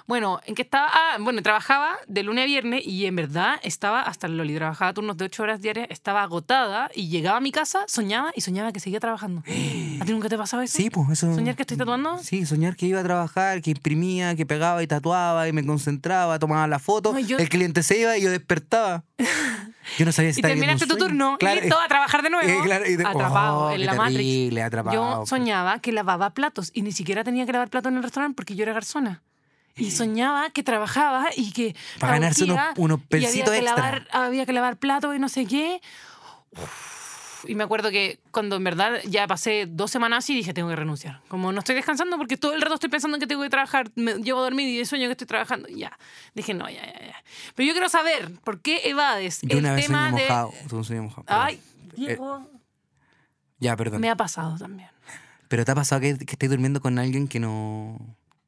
Bueno, ¿en qué estaba? Ah, bueno, trabajaba de lunes a viernes y en verdad estaba hasta el Loli. Trabajaba turnos de 8 horas diarias, estaba agotada y llegaba a mi casa, soñaba y soñaba que seguía trabajando. ¿A ti nunca te pasaba eso? Sí, pues eso. ¿Soñar que estoy tatuando? Sí, soñar que iba a trabajar, que imprimía, que pegaba y tatuaba y me concentraba, tomaba la foto. No, yo- El cliente se iba y yo despertaba. Yo no sabía si Y estaba viviendo terminaste un tu sueño. turno Claro, y todo a trabajar de nuevo. eh, claro, y te- atrapado Oh, en qué la terrible, Matrix. atrapado, Yo pues. soñaba que lavaba platos y ni siquiera tenía que lavar platos en el restaurante porque yo era garzona. Y soñaba que trabajaba y que. Para ganarse unos- traducía unos y pesitos había que extra. lavar- había que lavar platos y no sé qué. Uf, Y me acuerdo que cuando en verdad ya pasé dos semanas y dije, tengo que renunciar. Como no estoy descansando porque todo el rato estoy pensando en que tengo que trabajar. Me llevo a dormir y de sueño que estoy trabajando. Y Ya. Dije, no, ya, ya, ya. Pero yo quiero saber, ¿por qué evades Yo una el vez tema soñé de- mojado. Eh, tuve un sueño mojado, perdón. Ay, Diego, Ya, perdón. me ha pasado también. Pero te ha pasado que, que estáis durmiendo con alguien que no.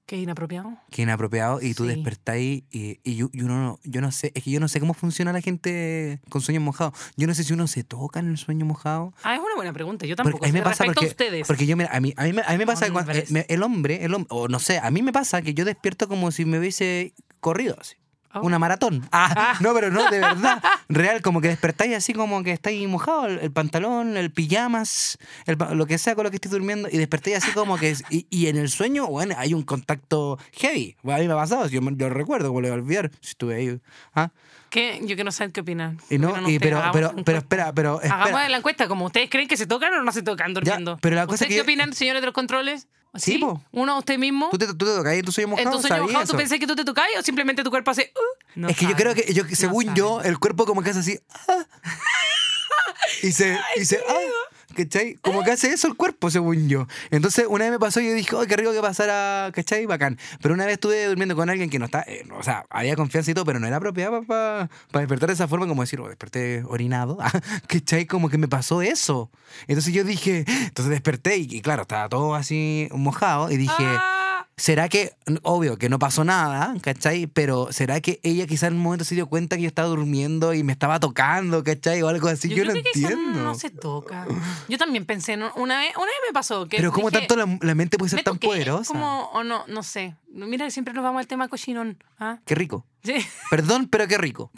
Qué inapropiado. que inapropiado y tú Sí. despertáis y, y yo, y uno no, yo no sé, es que yo no sé cómo funciona la gente con sueños mojados. Yo no sé si uno se toca en el sueño mojado. Ah, es una buena pregunta. Yo Porque tampoco. a mí sé. me pasa Respecto porque, a ustedes. porque yo mira, a mí a mí, me- a mí me pasa que cuando, Hombres. eh, me- el hombre, el hombre o no sé, a mí me pasa que yo despierto como si me hubiese corrido así. Oh. Una maratón. Ah, Ah. no, pero no, de verdad. Real, como que despertáis así como que estáis mojado, el, el pantalón, el pijamas, el pa- lo que sea con lo que estéis durmiendo, y despertáis así como que. es- Y, y en el sueño, bueno, hay un contacto heavy. Bueno, a mí me ha pasado, yo, me- yo lo recuerdo, como lo voy a olvidar, si estuve ahí. Ah, ¿Qué? Yo quiero saber qué opinan. y no, Opinan y, ustedes, pero, hagamos pero, una pero encuesta. espera, pero espera. Hagamos la encuesta, como ustedes creen que se tocan o no se tocan durmiendo. pero la cosa ¿Ustedes que qué yo- opinan, señores de los controles? Sí, po. ¿Uno a usted mismo? ¿Tú te, tú te tocas en tu sueño mojado? ¿En tu sueño ¿Sabías mojado tú eso? pensás que tú te tocas o simplemente tu cuerpo hace... uh? No es que yo creo saben, que, yo, no según saben. yo, el cuerpo como que hace así. ah, y se. y se ah, ¿Cachai? Como que hace eso el cuerpo, según yo. Entonces, una vez me pasó y yo dije, ¡ay, qué rico que pasara! ¿Cachai? Bacán. Pero una vez estuve durmiendo con alguien que no está. eh, o sea, había confianza y todo, pero no era apropiada para despertar de esa forma, como decir, oh, desperté orinado. ah, ¿Cachai? Como que me pasó eso. Entonces yo dije, entonces desperté y, y claro, estaba todo así mojado y dije. Ah, ¿Será que, obvio, que no pasó nada, ¿cachai? Pero ¿será que ella quizás en un momento se dio cuenta que yo estaba durmiendo y me estaba tocando, ¿cachai? O algo así. Yo, creo no que quizás entiendo. no se toca. Yo también pensé, en un- una vez, una vez me pasó que. Pero ¿cómo dije, tanto la, la mente puede ser me tan toqué, poderosa? Como, o no, no sé. Mira, siempre nos vamos al tema cochinón. ¿ah? Qué rico. Sí. Perdón, pero qué rico.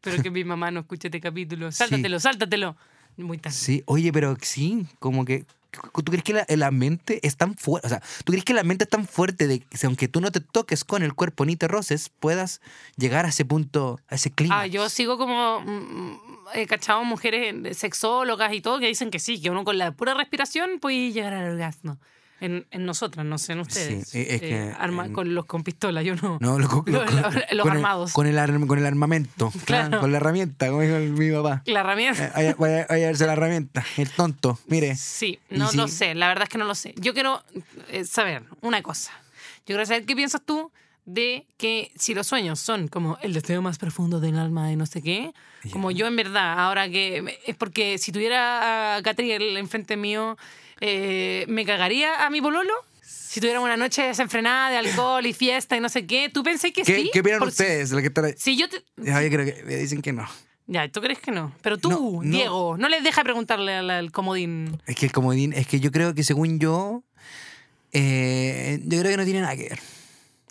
Pero que mi mamá no escuche este capítulo. Sí. Sáltatelo, sáltatelo. Muy tarde. Sí, oye, pero sí, como que... ¿Tú crees que la, la mente es tan fuerte? O sea, ¿tú crees que la mente es tan fuerte de que si aunque tú no te toques con el cuerpo ni te roces, puedas llegar a ese punto, a ese clima? Ah, yo sigo como mm, he cachado mujeres en- sexólogas y todo que dicen que sí, que uno con la pura respiración puede llegar al orgasmo. En, en nosotras, no sé, en ustedes. Sí, es que, Eh, arma- en- con los con pistola, yo no. No, lo- lo- Los- con- los- los con el- armados. con, el arm- con el armamento, Claro. claro, con la herramienta, como dijo el- mi papá. La Eh, herramienta. Vaya, vaya- vaya a verse la herramienta, el tonto, mire. Sí, y no sí. lo sé, la verdad es que no lo sé. Yo quiero eh, saber una cosa. Yo quiero saber qué piensas tú de que si los sueños son como el deseo más profundo del alma de no sé qué, Ya. como yo en verdad, ahora que me- es porque si tuviera a Catriel enfrente mío, eh, ¿me cagaría a mi bololo? Si tuviera una noche desenfrenada de alcohol y fiesta y no sé qué, ¿tú pensé que ¿Qué, sí? qué opinan Por si- ustedes? Lo que está- Si, yo te- Ah, yo creo que me dicen que no. Ya, ¿tú crees que no? Pero tú, No, no. Diego, no les deja preguntarle al, al comodín. Es que el comodín, es que yo creo que según yo, eh, yo creo que no tiene nada que ver.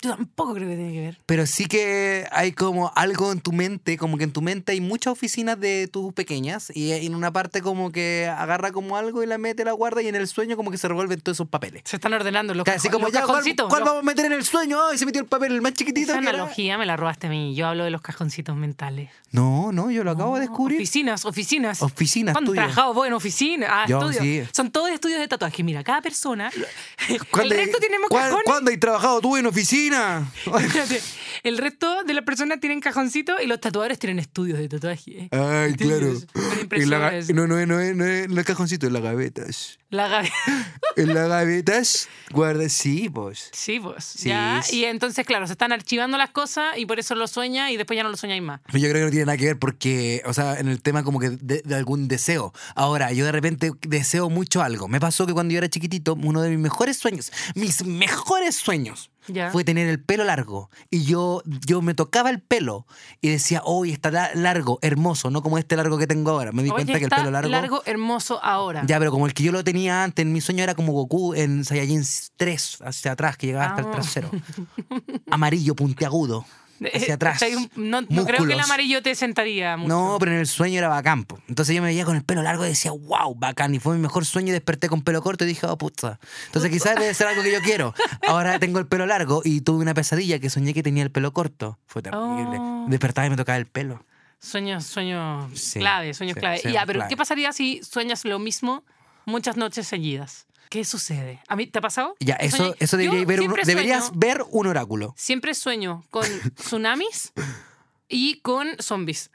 Yo tampoco creo que tiene que ver. Pero sí que hay como algo en tu mente, como que en tu mente hay muchas oficinas de tus pequeñas y en una parte como que agarra como algo y la mete, la guarda y en el sueño como que se revuelven todos esos papeles. Se están ordenando los, Casi cajo- como los ya, ¿cuál, cajoncitos. cuál los- vamos a meter en el sueño? Ay, se metió el papel, el más chiquitito. Esa que era. analogía me la robaste a mí. Yo hablo de los cajoncitos mentales. No, no, yo lo acabo de No, descubrir. Oficinas, oficinas. Oficinas ¿Cuánto tuyas. trabajado vos en oficina? Ah, Yo, estudios. sí. Son todos estudios de tatuaje. Mira, cada persona. El ¿Cuándo- resto tenemos cuán- cajones. ¿Cuándo has trabajado tú en oficina? Espérate. El resto de las personas tienen cajoncitos y los tatuadores tienen estudios de tatuaje. ¿eh? Ay, claro. Estudios con En la impresiones. ga- no, no, no, no, no, no es cajoncito, en las gavetas. La gabe- En las gavetas, guarda, sí, pues. Sí, pues. Sí, ya. sí. Y entonces, claro, se están archivando las cosas y por eso lo sueña y después ya no lo sueñáis más. Yo creo que no tiene nada que ver porque, o sea, en el tema como que de, de algún deseo. Ahora, yo de repente deseo mucho algo. Me pasó que cuando yo era chiquitito, uno de mis mejores sueños, mis mejores sueños, Ya. fue tener el pelo largo. Y yo, yo me tocaba el pelo y decía, hoy está la- largo, hermoso, no como este largo que tengo ahora. Me di Oye, cuenta que el está pelo largo... hermoso ahora. Ya, pero como el que yo lo tenía antes, en mi sueño era como Goku en Saiyajin 3, hacia atrás, que llegaba hasta el Ah. trasero. Amarillo, puntiagudo, Eh, hacia atrás. está ahí un- no, no creo que el músculos. amarillo te sentaría mucho. No, pero en el sueño era bacán. po. Entonces yo me veía con el pelo largo y decía, wow, bacán. Y fue mi mejor sueño y desperté con pelo corto y dije, oh, puta. Entonces quizás debe ser algo que yo quiero. Ahora tengo el pelo largo y tuve una pesadilla que soñé que tenía el pelo corto. Fue terrible. Oh. Despertaba y me tocaba el pelo. Sueños, sueños Sí, clave, sueños sí, clave. sí, ya, pero clave. ¿qué pasaría si sueñas lo mismo muchas noches seguidas? ¿Qué sucede? ¿A mí te ha pasado? Ya, Yo eso, soñé- eso yo deberíais ver un- siempre deberías sueño- ver un oráculo. siempre sueño con tsunamis y con zombies.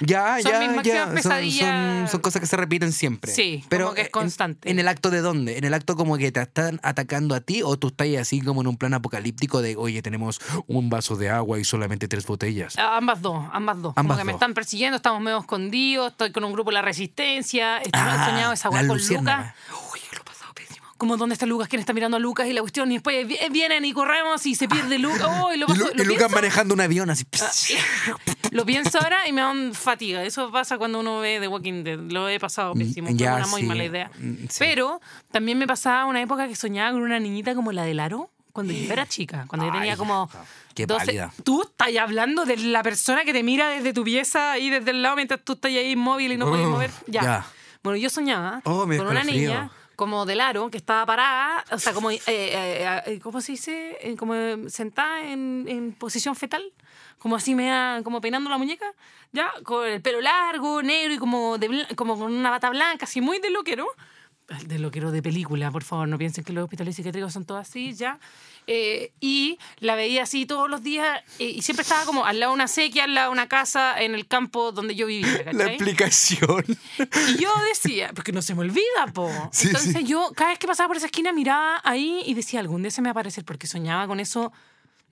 Ya, Son ya, mis máximas ya. Son- Son, pesadillas. son cosas que se repiten siempre. Sí, como que es en- constante. En, el acto de dónde? ¿En el acto como que te están atacando a ti o tú estás ahí así como en un plan apocalíptico de, oye, tenemos un vaso de agua y solamente tres botellas? Ah, Ambas dos, ambas dos. Como Ambas que me dos. están persiguiendo, estamos medio escondidos, estoy con un grupo de la resistencia, estoy Ah, soñado esa weá la con luciérnaga. Lucas. Uy, lo he pasado pésimo. Como dónde está Lucas, quién está mirando a Lucas y la cuestión, y después vi- vienen y corremos y se pierde Lucas. Uy, lo Ah, Y, paso, Lu- lo y Lucas pienso- Ah, manejando un avión así. Lo pienso ahora y me dan fatiga. Eso pasa cuando uno ve The Walking Dead. Lo he pasado pésimo. Fue Mm, Ya, una muy sí. mala idea. Mm, sí. Pero también me pasaba una época que soñaba con una niñita como la del aro. Cuando yo era chica, cuando yo Ay, tenía como. qué 12. pálida. Tú estás hablando de la persona que te mira desde tu pieza y desde el lado mientras tú estás ahí inmóvil y no puedes Oh, mover. Ya. ya. Bueno, yo soñaba Oh, me con una escalofrío. niña como del aro que estaba parada, o sea, como, eh, eh, eh, ¿cómo se dice? Eh, Como eh, sentada en, en posición fetal, como así mea, como peinando la muñeca, ya, con el pelo largo, negro y como, de blan- como con una bata blanca, así muy de loquero. De loquero de película, por favor, no piensen que los hospitales psiquiátricos son todos así, ya. Eh, y la veía así todos los días eh, y siempre estaba como al lado de una sequía, al lado de una casa en el campo donde yo vivía. La ¿cachai? explicación. Y yo decía, porque no se me olvida, po. Sí, Entonces sí. yo, cada vez que pasaba por esa esquina, miraba ahí y decía, algún día se me va a aparecer, porque soñaba con eso,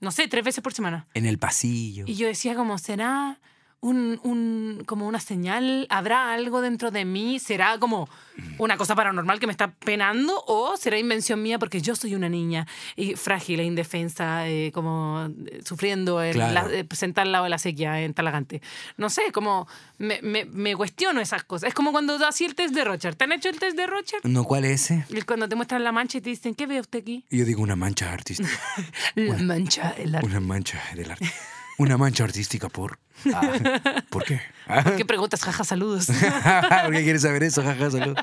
no sé, tres veces por semana. En el pasillo. Y yo decía, como, será un, un- como una señal? ¿Habrá algo dentro de mí? ¿Será como una cosa paranormal que me está penando? ¿O será invención mía porque yo soy una niña y frágil e indefensa, eh, como eh, sufriendo el, Claro. la- eh, sentada al lado de la sequía en Talagante? No sé, como me, me- me cuestiono esas cosas. Es como cuando hacía el test de Rocher. ¿Te han hecho el test de Rocher? No, ¿cuál es ese? Y cuando te muestran la mancha y te dicen, ¿qué ve usted aquí? Y Yo digo una mancha artística. La mancha, el arte. Una mancha del arte. Una mancha artística por. Ah, ¿Por qué? Ah, ¿Qué preguntas? Jaja, saludos. ¿Por qué quieres saber eso? Jaja, salud.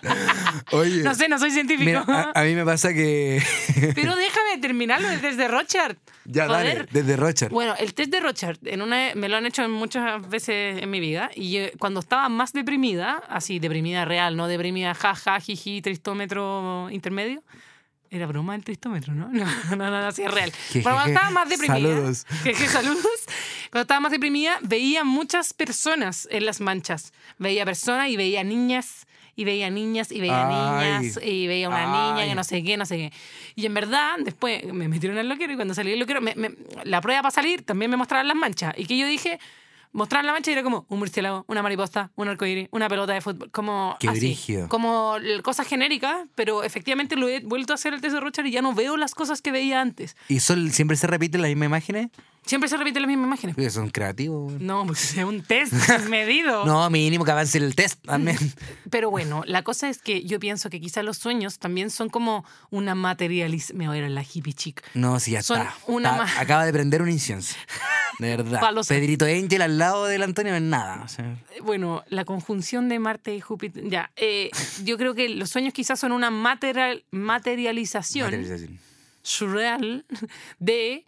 Oye. No sé, no soy científico. Mira, a, a mí me pasa que. Pero déjame terminarlo el test de Rochard. ya, dale, Joder. desde Rochard. Bueno, el test de Rochard en una, me lo han hecho muchas veces en mi vida y eh, cuando estaba más deprimida, así deprimida real, no deprimida jaja, jiji, tristómetro intermedio, era broma el tristómetro, ¿no? No, no, no, no, sí es real. Je, je, Pero cuando je. estaba más deprimida, Saludos. je, je, saludos. Cuando estaba más deprimida, veía muchas personas en las manchas. Veía personas y veía niñas. Y veía niñas y veía Ay. niñas y veía una niña Ay. que no sé qué, no sé qué. Y en verdad, después me metieron al loquero y cuando salí del loquero, me- me- la prueba para salir también me mostraban las manchas. Y que yo dije, mostraban la mancha y era como un murciélago, una mariposa, un arcoíris, una pelota de fútbol. Como Qué así. brígido. Como l- cosas genéricas, pero efectivamente lo he vuelto a hacer el test de Rochard y ya no veo las cosas que veía antes. ¿Y son, siempre se repiten las mismas imágenes? Siempre se repiten las mismas imágenes. Porque son creativos. güey. No, pues es un test medido. No, mínimo que avance el test también. Pero bueno, la cosa es que yo pienso que quizá los sueños también son como una materializ... Me voy a ir a la hippie chic. No, sí, ya Son está. una Está- ma- Acaba de prender un incienso. De verdad. Palo seco. Pedrito Angel al lado del Antonio no es nada. o sea. Bueno, la conjunción de Marte y Júpiter... Ya, eh, yo creo que los sueños quizás son una material, materialización Materialización. surreal de...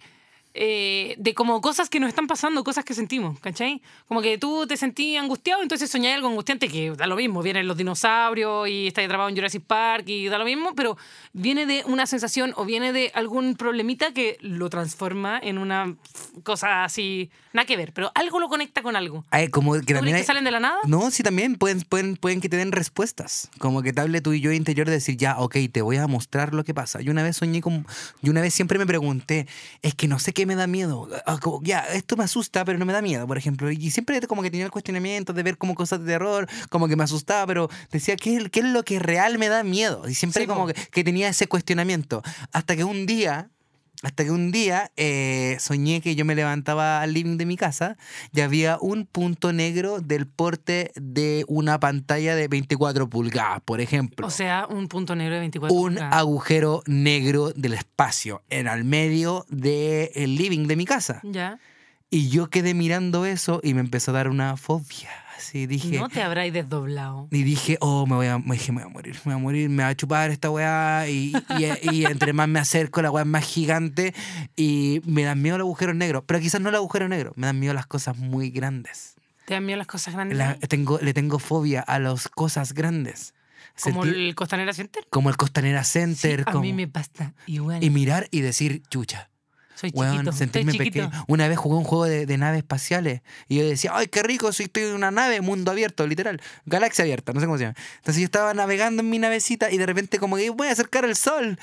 eh, de como cosas que nos están pasando, cosas que sentimos, ¿cachai? Como que tú te sentís angustiado, entonces soñás algo angustiante que da lo mismo, vienen los dinosaurios y estás atrapado en Jurassic Park y da lo mismo, pero viene de una sensación o viene de algún problemita que lo transforma en una cosa así, nada que ver, pero algo lo conecta con algo. Ay, como que ¿Tú crees también hay- que salen de la nada? No, sí, también pueden, pueden, pueden que te den respuestas. Como que te hable tu y yo interior de decir, ya, ok, te voy a mostrar lo que pasa. Yo una vez soñé con. Yo una vez siempre me pregunté, es que no sé qué me da miedo. Ah, como, ya, esto me asusta, pero no me da miedo, por ejemplo. Y siempre como que tenía el cuestionamiento de ver como cosas de terror, como que me asustaba, pero decía, ¿qué, es- qué es lo que real me da miedo? Y siempre Sí, po. como que, que tenía ese cuestionamiento. Hasta que un día. Hasta que un día eh, soñé que yo me levantaba al living de mi casa y había un punto negro del porte de una pantalla de 24 pulgadas, por ejemplo. O sea, un punto negro de 24 un horas. agujero negro del espacio en el medio del living de mi casa. Ya. Y yo quedé mirando eso y me empezó a dar una fobia. Así dije, No te habráis desdoblado. y dije, oh, me voy a, me dije, me voy a morir, me voy a morir, me va a chupar esta weá. Y, y- y entre más me acerco, la weá es más gigante. Y me dan miedo los agujeros negros. Pero quizás no los agujeros negros, me dan miedo las cosas muy grandes. Te dan miedo las cosas grandes. La- tengo, le tengo fobia a las cosas grandes. como Sentí- el Costanera Center. como el Costanera Center. Sí, a como- mí me pasa igual. Y mirar y decir, chucha. Soy Weón, chiquito, estoy sentirme chiquito. pequeño. Una vez jugué un juego de, de naves espaciales y yo decía, ay, qué rico, si estoy en una nave, mundo abierto, literal, galaxia abierta, no sé cómo se llama. Entonces yo estaba navegando en mi navecita y de repente como que voy a acercar el sol.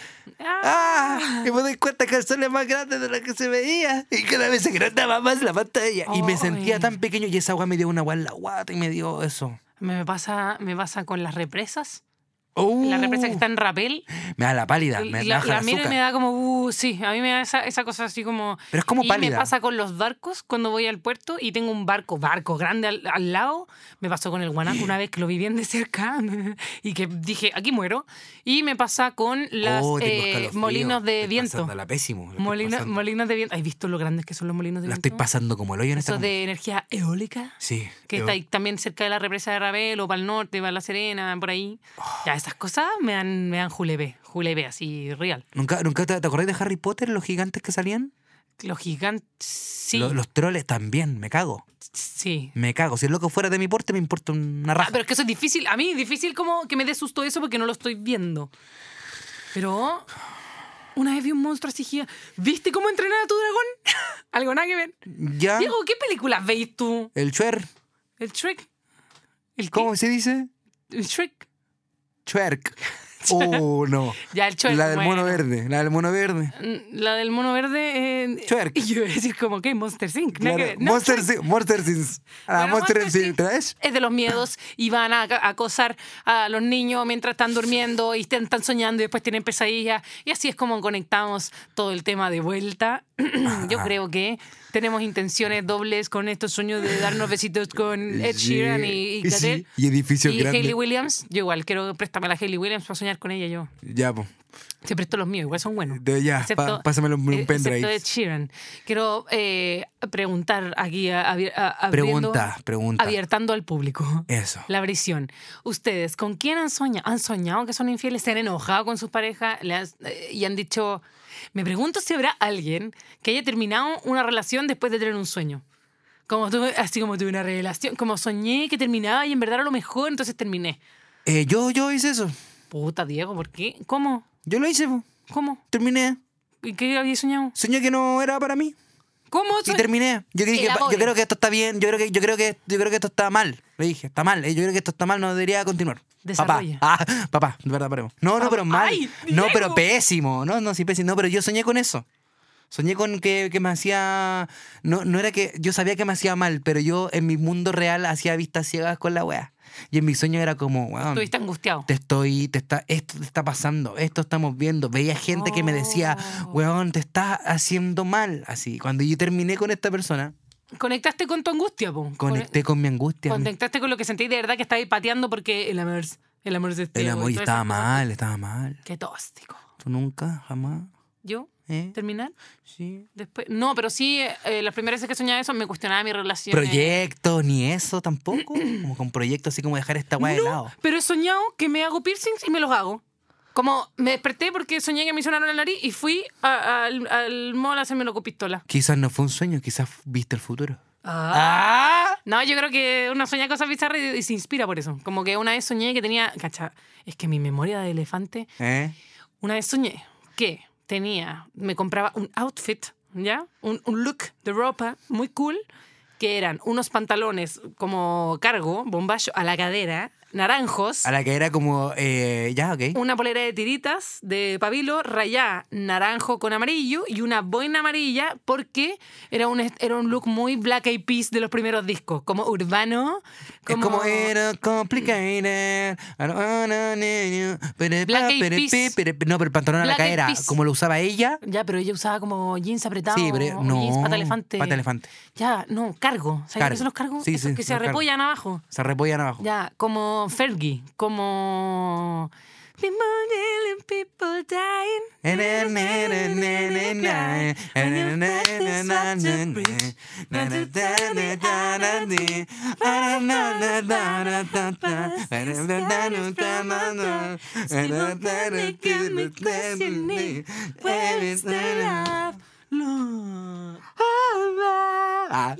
¡Ah! Y me doy cuenta que el sol es más grande de lo que se veía y cada vez se agrandaba más la pantalla. Y me sentía Ay. tan pequeño y esa agua me dio una agua en la guata y me dio eso. Me pasa, me pasa con las represas. ¡Uh! La represa que está en Rapel. Me da la pálida, y me la, baja la el miro y azúcar. me da como, uh, sí, a mí me da esa, esa cosa así como... Pero es como y pálida. me pasa con los barcos cuando voy al puerto y tengo un barco, barco grande al, al lado. Me pasó con el guanaco una vez que lo vi bien de cerca y que dije, aquí muero. Y me pasa con las Oh, tengo eh, escalofrío. molinos de Estoy viento. pasándola pésimo, la estoy Molino- pasando. molinos de viento. ¿Has visto lo grandes que son los molinos de La viento? estoy pasando como el hoyo en esta Eso de energía eólica. Sí. Que yo- está ahí también cerca de la represa de Rabel o para el norte, para La Serena, por ahí. Ya, Oh. esas cosas me dan, me dan julebe, julebe, así, real. ¿Nunca, nunca te, te acordás de Harry Potter, los gigantes que salían? Los gigantes, sí, Lo- Los, troles también, me cago. sí. Me cago. Si el loco fuera de mi porte, me importa una Ah, raja. pero es que eso es difícil, a mí es difícil como que me dé susto eso porque no lo estoy viendo. Pero una vez vi un monstruo así, gigante. ¿viste cómo entrenar a tu dragón? Algo nada que ver. ya. Diego, ¿qué películas veis tú? El chuer. ¿El Shrek? ¿El qué? ¿Cómo se dice? ¿El Shrek? Chuerk. Oh, no. Ya el chueco. La del mono bueno. verde, la del mono verde. Mm, La del mono verde. eh, Chuerk. Y yo iba a decir, como que Monster Inc. nada Claro. que ver. No, Monster, Chuerk. Sin- Monster Sins. Ah, Bueno, Monster, Monster Sins Inc. Trash. Es de los miedos y van a a acosar a los niños mientras están durmiendo y están están soñando y después tienen pesadillas. Y así es como conectamos todo el tema de vuelta. Yo creo que tenemos intenciones dobles con estos sueños de darnos besitos con Ed Sí, Sheeran y, y sí, Gatel. y edificios Y grandes. Hayley Williams. Yo igual quiero préstame la Hayley Williams para soñar con ella yo. Ya, po. Te presto los míos, igual son buenos. De- ya, pa- pásamelo un- un eh, pendrive. Excepto Ed Sheeran. Quiero eh, preguntar aquí, a- abri- a- abriendo- Pregunta, pregunta. abiertando al público. Eso. La prisión. ¿Ustedes con quién han soñado? ¿Han soñado que son infieles? ¿Se han enojado con sus parejas? ¿Le has- eh, y han dicho. Me pregunto si habrá alguien que haya terminado una relación después de tener un sueño. Como tuve, así como tuve una revelación, como soñé que terminaba y en verdad era lo mejor, entonces terminé. Eh, yo, yo hice eso. Puta, Diego, ¿por qué? ¿Cómo? Yo lo hice, po. ¿Cómo? Terminé. ¿Y qué había soñado? Soñé que no era para mí. ¿Cómo? Y terminé. Yo, dije, yo Elabore. creo que esto está bien. Yo creo que, yo creo que, yo creo que esto está mal. Le dije, está mal. eh, Yo creo que esto está mal. No debería continuar. Papá. Desarrolla. Ah, papá, de verdad, paremos. No, no, pero mal. Ay, no, Diego. pero pésimo. No, no, sí, pésimo. No, pero yo soñé con eso. Soñé con que, que me hacía. No, no era que. Yo sabía que me hacía mal, pero yo en mi mundo real hacía vistas ciegas con la wea. Y en mi sueño era como, weón Estuviste angustiado. te estoy, te está, esto te está pasando, esto estamos viendo. Veía gente que me decía, Oh. weón, te estás haciendo mal. Así, cuando yo terminé con esta persona, Conectaste con tu angustia, po. conecté con mi angustia. mi- Conectaste con lo que sentí de verdad que estabas pateando porque el amor, el amor es El ciego amor y yo todo estaba eso. mal, estaba mal. Qué tóxico. Tú nunca, jamás. ¿Yo? ¿Eh? ¿Terminar? Sí. Después. No, pero sí, eh, las primeras veces que soñaba eso me cuestionaba mi relación. Proyectos, ni eso tampoco. Como con proyectos así como dejar esta weá de lado. Pero he soñado que me hago piercings y me los hago. Como me desperté porque soñé que me sonaron la nariz y fui a- al, al mall a hacerme con pistola. Quizás no fue un sueño, quizás viste el futuro. ¡Ah! No, yo creo que uno sueña cosas bizarras y, y se inspira por eso. Como que una vez soñé que tenía. Cacha, es que mi memoria de elefante. ¿Eh? Una vez soñé que tenía, me compraba un outfit, ¿ya? Un, un look de ropa muy cool, que eran unos pantalones como cargo, bombacho, a la cadera, naranjos, A la que era como, eh, ya, ok. una polera de tiritas de pabilo, rayada, naranjo con amarillo y una boina amarilla, porque era un, est- era un look muy Black Eyed Peas de los primeros discos, como urbano, Es como... como era Ah, complicated. I don't wanna know you, but it- Black Eyed but it- Peas. but it- No, pero el pantalón a la Black Eyed cadera, Peas. como lo usaba ella. Ya, pero ella usaba como jeans apretados, Sí, pero o no. jeans pata elefante. Pata elefante. Ya, no, cargo. ¿Sabes Cargo. qué son los cargos? Sí, Esos sí, que se los cargos. repollan abajo. Se repollan abajo. Ya, como Fergie, como... The million people dying. When you practice what you preach. Don't you tell me I don't need- Ah,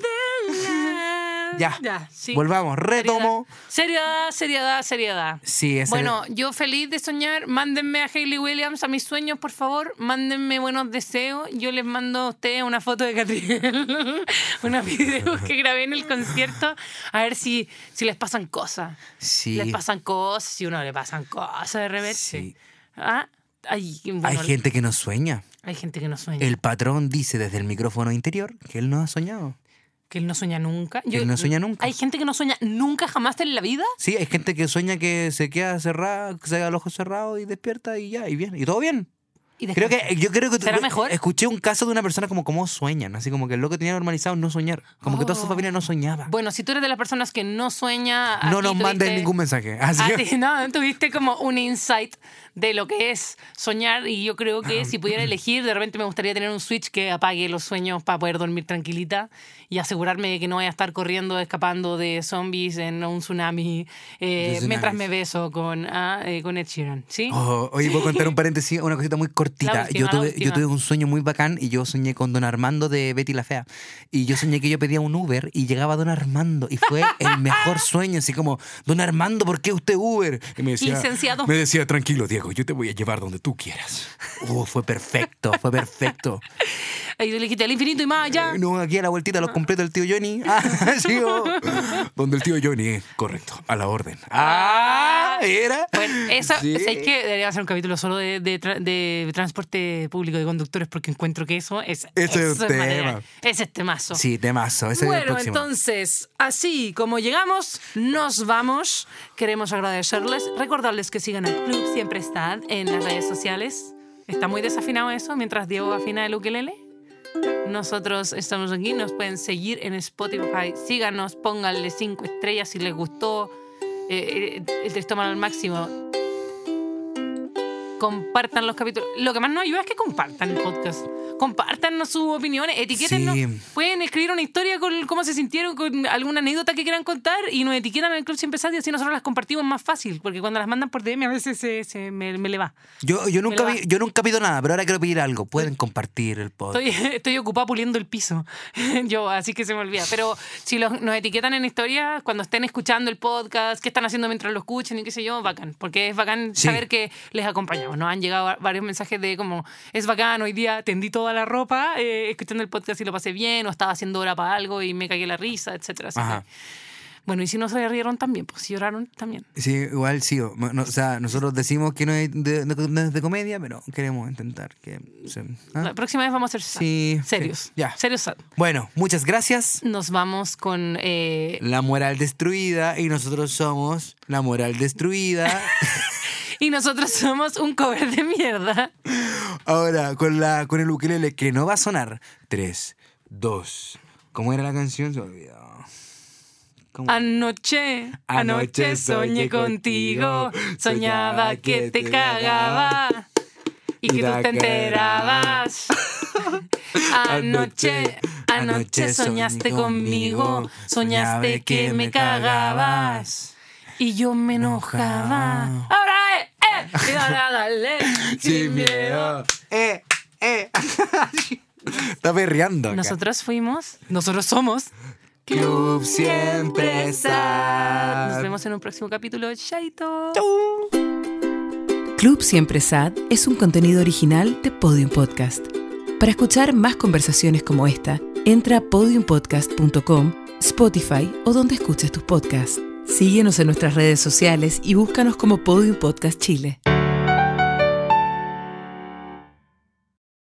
Ya. Ya, sí. Volvamos, retomo. Seriedad, seriedad, seriedad. Sí, ese- Bueno, yo feliz de soñar. Mándenme a Hayley Williams a mis sueños, por favor. Mándenme buenos deseos. Yo les mando a ustedes una foto de Catriel, unos videos que grabé en el concierto, a ver si, si les pasan cosas. sí. Les pasan cosas, si uno le pasan cosas de reverse. Sí. Ah, Hay, bueno, Hay gente que no sueña. hay gente que no sueña. El patrón dice desde el micrófono interior que él no ha soñado. que él no sueña nunca. Yo- él no sueña nunca. Hay gente que no sueña nunca jamás en la vida. Sí, hay gente que sueña que se queda cerrada, que se queda el ojo cerrado y despierta y ya, y bien, y todo bien. Y Creo descansa. que eh, yo creo que ¿Será mejor? escuché un caso de una persona como cómo sueñan, así como que el loco tenía normalizado no soñar, como que toda su Oh. familia no soñaba. Bueno, si tú eres de las personas que no sueña... no aquí nos mandes tuviste- ningún mensaje. Así Ah, que- sí, no, tuviste como un insight de lo que es soñar y yo creo que si pudiera elegir, de repente me gustaría tener un switch que apague los sueños para poder dormir tranquilita y asegurarme de que no vaya a estar corriendo, escapando de zombies en un tsunami eh, De mientras tsunamis. me beso con, ah, eh, con Ed Sheeran, ¿sí? Oh, oye, voy a contar un paréntesis, una cosita muy La cortita. última, yo, la tuve, última. yo tuve un sueño muy bacán y yo soñé con Don Armando de Betty la Fea. Y yo soñé que yo pedía un Uber y llegaba Don Armando. Y fue el mejor sueño, así como, Don Armando, ¿por qué usted Uber? Y me decía, Licenciado. Me decía, tranquilo, Diego, yo te voy a llevar donde tú quieras. Oh, fue perfecto, fue perfecto. Y tú le dijiste al infinito y más allá. No, aquí a la vueltita los completo el tío Johnny. Ah, sí, oh. Donde el tío Johnny es correcto, a la orden. Ah, era. Bueno, eso Sí. es que debería hacer un capítulo solo de, de tra- de transporte público de conductores porque encuentro que eso es. Ese es un tema. madera. Ese es temazo. Sí, temazo. Ese es el Bueno, próximo. entonces, así como llegamos, nos vamos. Queremos agradecerles, recordarles que sigan al club Siempre Estad en las redes sociales. Está muy desafinado eso, mientras Diego afina el ukelele. Nosotros estamos aquí, nos pueden seguir en Spotify. Síganos, pónganle cinco estrellas si les gustó. eh, eh, el texto al máximo. Compartan los capítulos. Lo que más nos ayuda es que compartan el podcast. Compartan sus opiniones, etiquétennos. Sí. Pueden escribir una historia con cómo se sintieron, con alguna anécdota que quieran contar y nos etiquetan en el Club Siempre Sad y así nosotros las compartimos más fácil, porque cuando las mandan por DM a veces se, se- me, me le va. Yo, yo, nunca lo vi- yo nunca pido nada, pero ahora quiero pedir algo. Pueden compartir el podcast. Estoy, estoy ocupada puliendo el piso, yo, así que se me olvida. Pero si los- nos etiquetan en historias, cuando estén escuchando el podcast, qué están haciendo mientras lo escuchan y qué sé yo, bacán. Porque es bacán Sí. saber que les acompañamos. Nos han llegado va- varios mensajes de como, es bacán, hoy día tendí toda la ropa eh, escuchando el podcast y lo pasé bien, o estaba haciendo hora para algo y me cagué la risa, etcétera. Así Ajá. que- Bueno, y si no se rieron también, pues si lloraron también. Sí, igual sí. O, no- o sea, nosotros decimos que no es de, de- no es de comedia, pero queremos intentar que. se- ¿ah? La próxima vez vamos a ser sad. Sí, serios. sí, ya. Serios sad. Bueno, muchas gracias. Nos vamos con. eh, La moral destruida y nosotros somos la moral destruida. y nosotros somos un cover de mierda. Ahora, con, la, con el ukelele que no va a sonar. Tres, dos. ¿Cómo era la canción? Se me olvidó. ¿Cómo? Anoche, anoche soñé contigo. Soñaba que te cagaba y que tú te enterabas. Anoche, anoche soñaste conmigo. Soñaste que me cagabas. Y yo me enojaba. Enojaba. Ahora, eh, eh, y ahora dale, sin miedo. Eh, eh. Está perreando. acá. Nosotros fuimos, nosotros somos. Club siempre Sad. Nos vemos en un próximo capítulo. Chaito. Club Siempre Sad es un contenido original de Podium Podcast. Para escuchar más conversaciones como esta, entra a podiumpodcast.com, Spotify o donde escuches tus podcasts. Síguenos en nuestras redes sociales y búscanos como Podium Podcast Chile.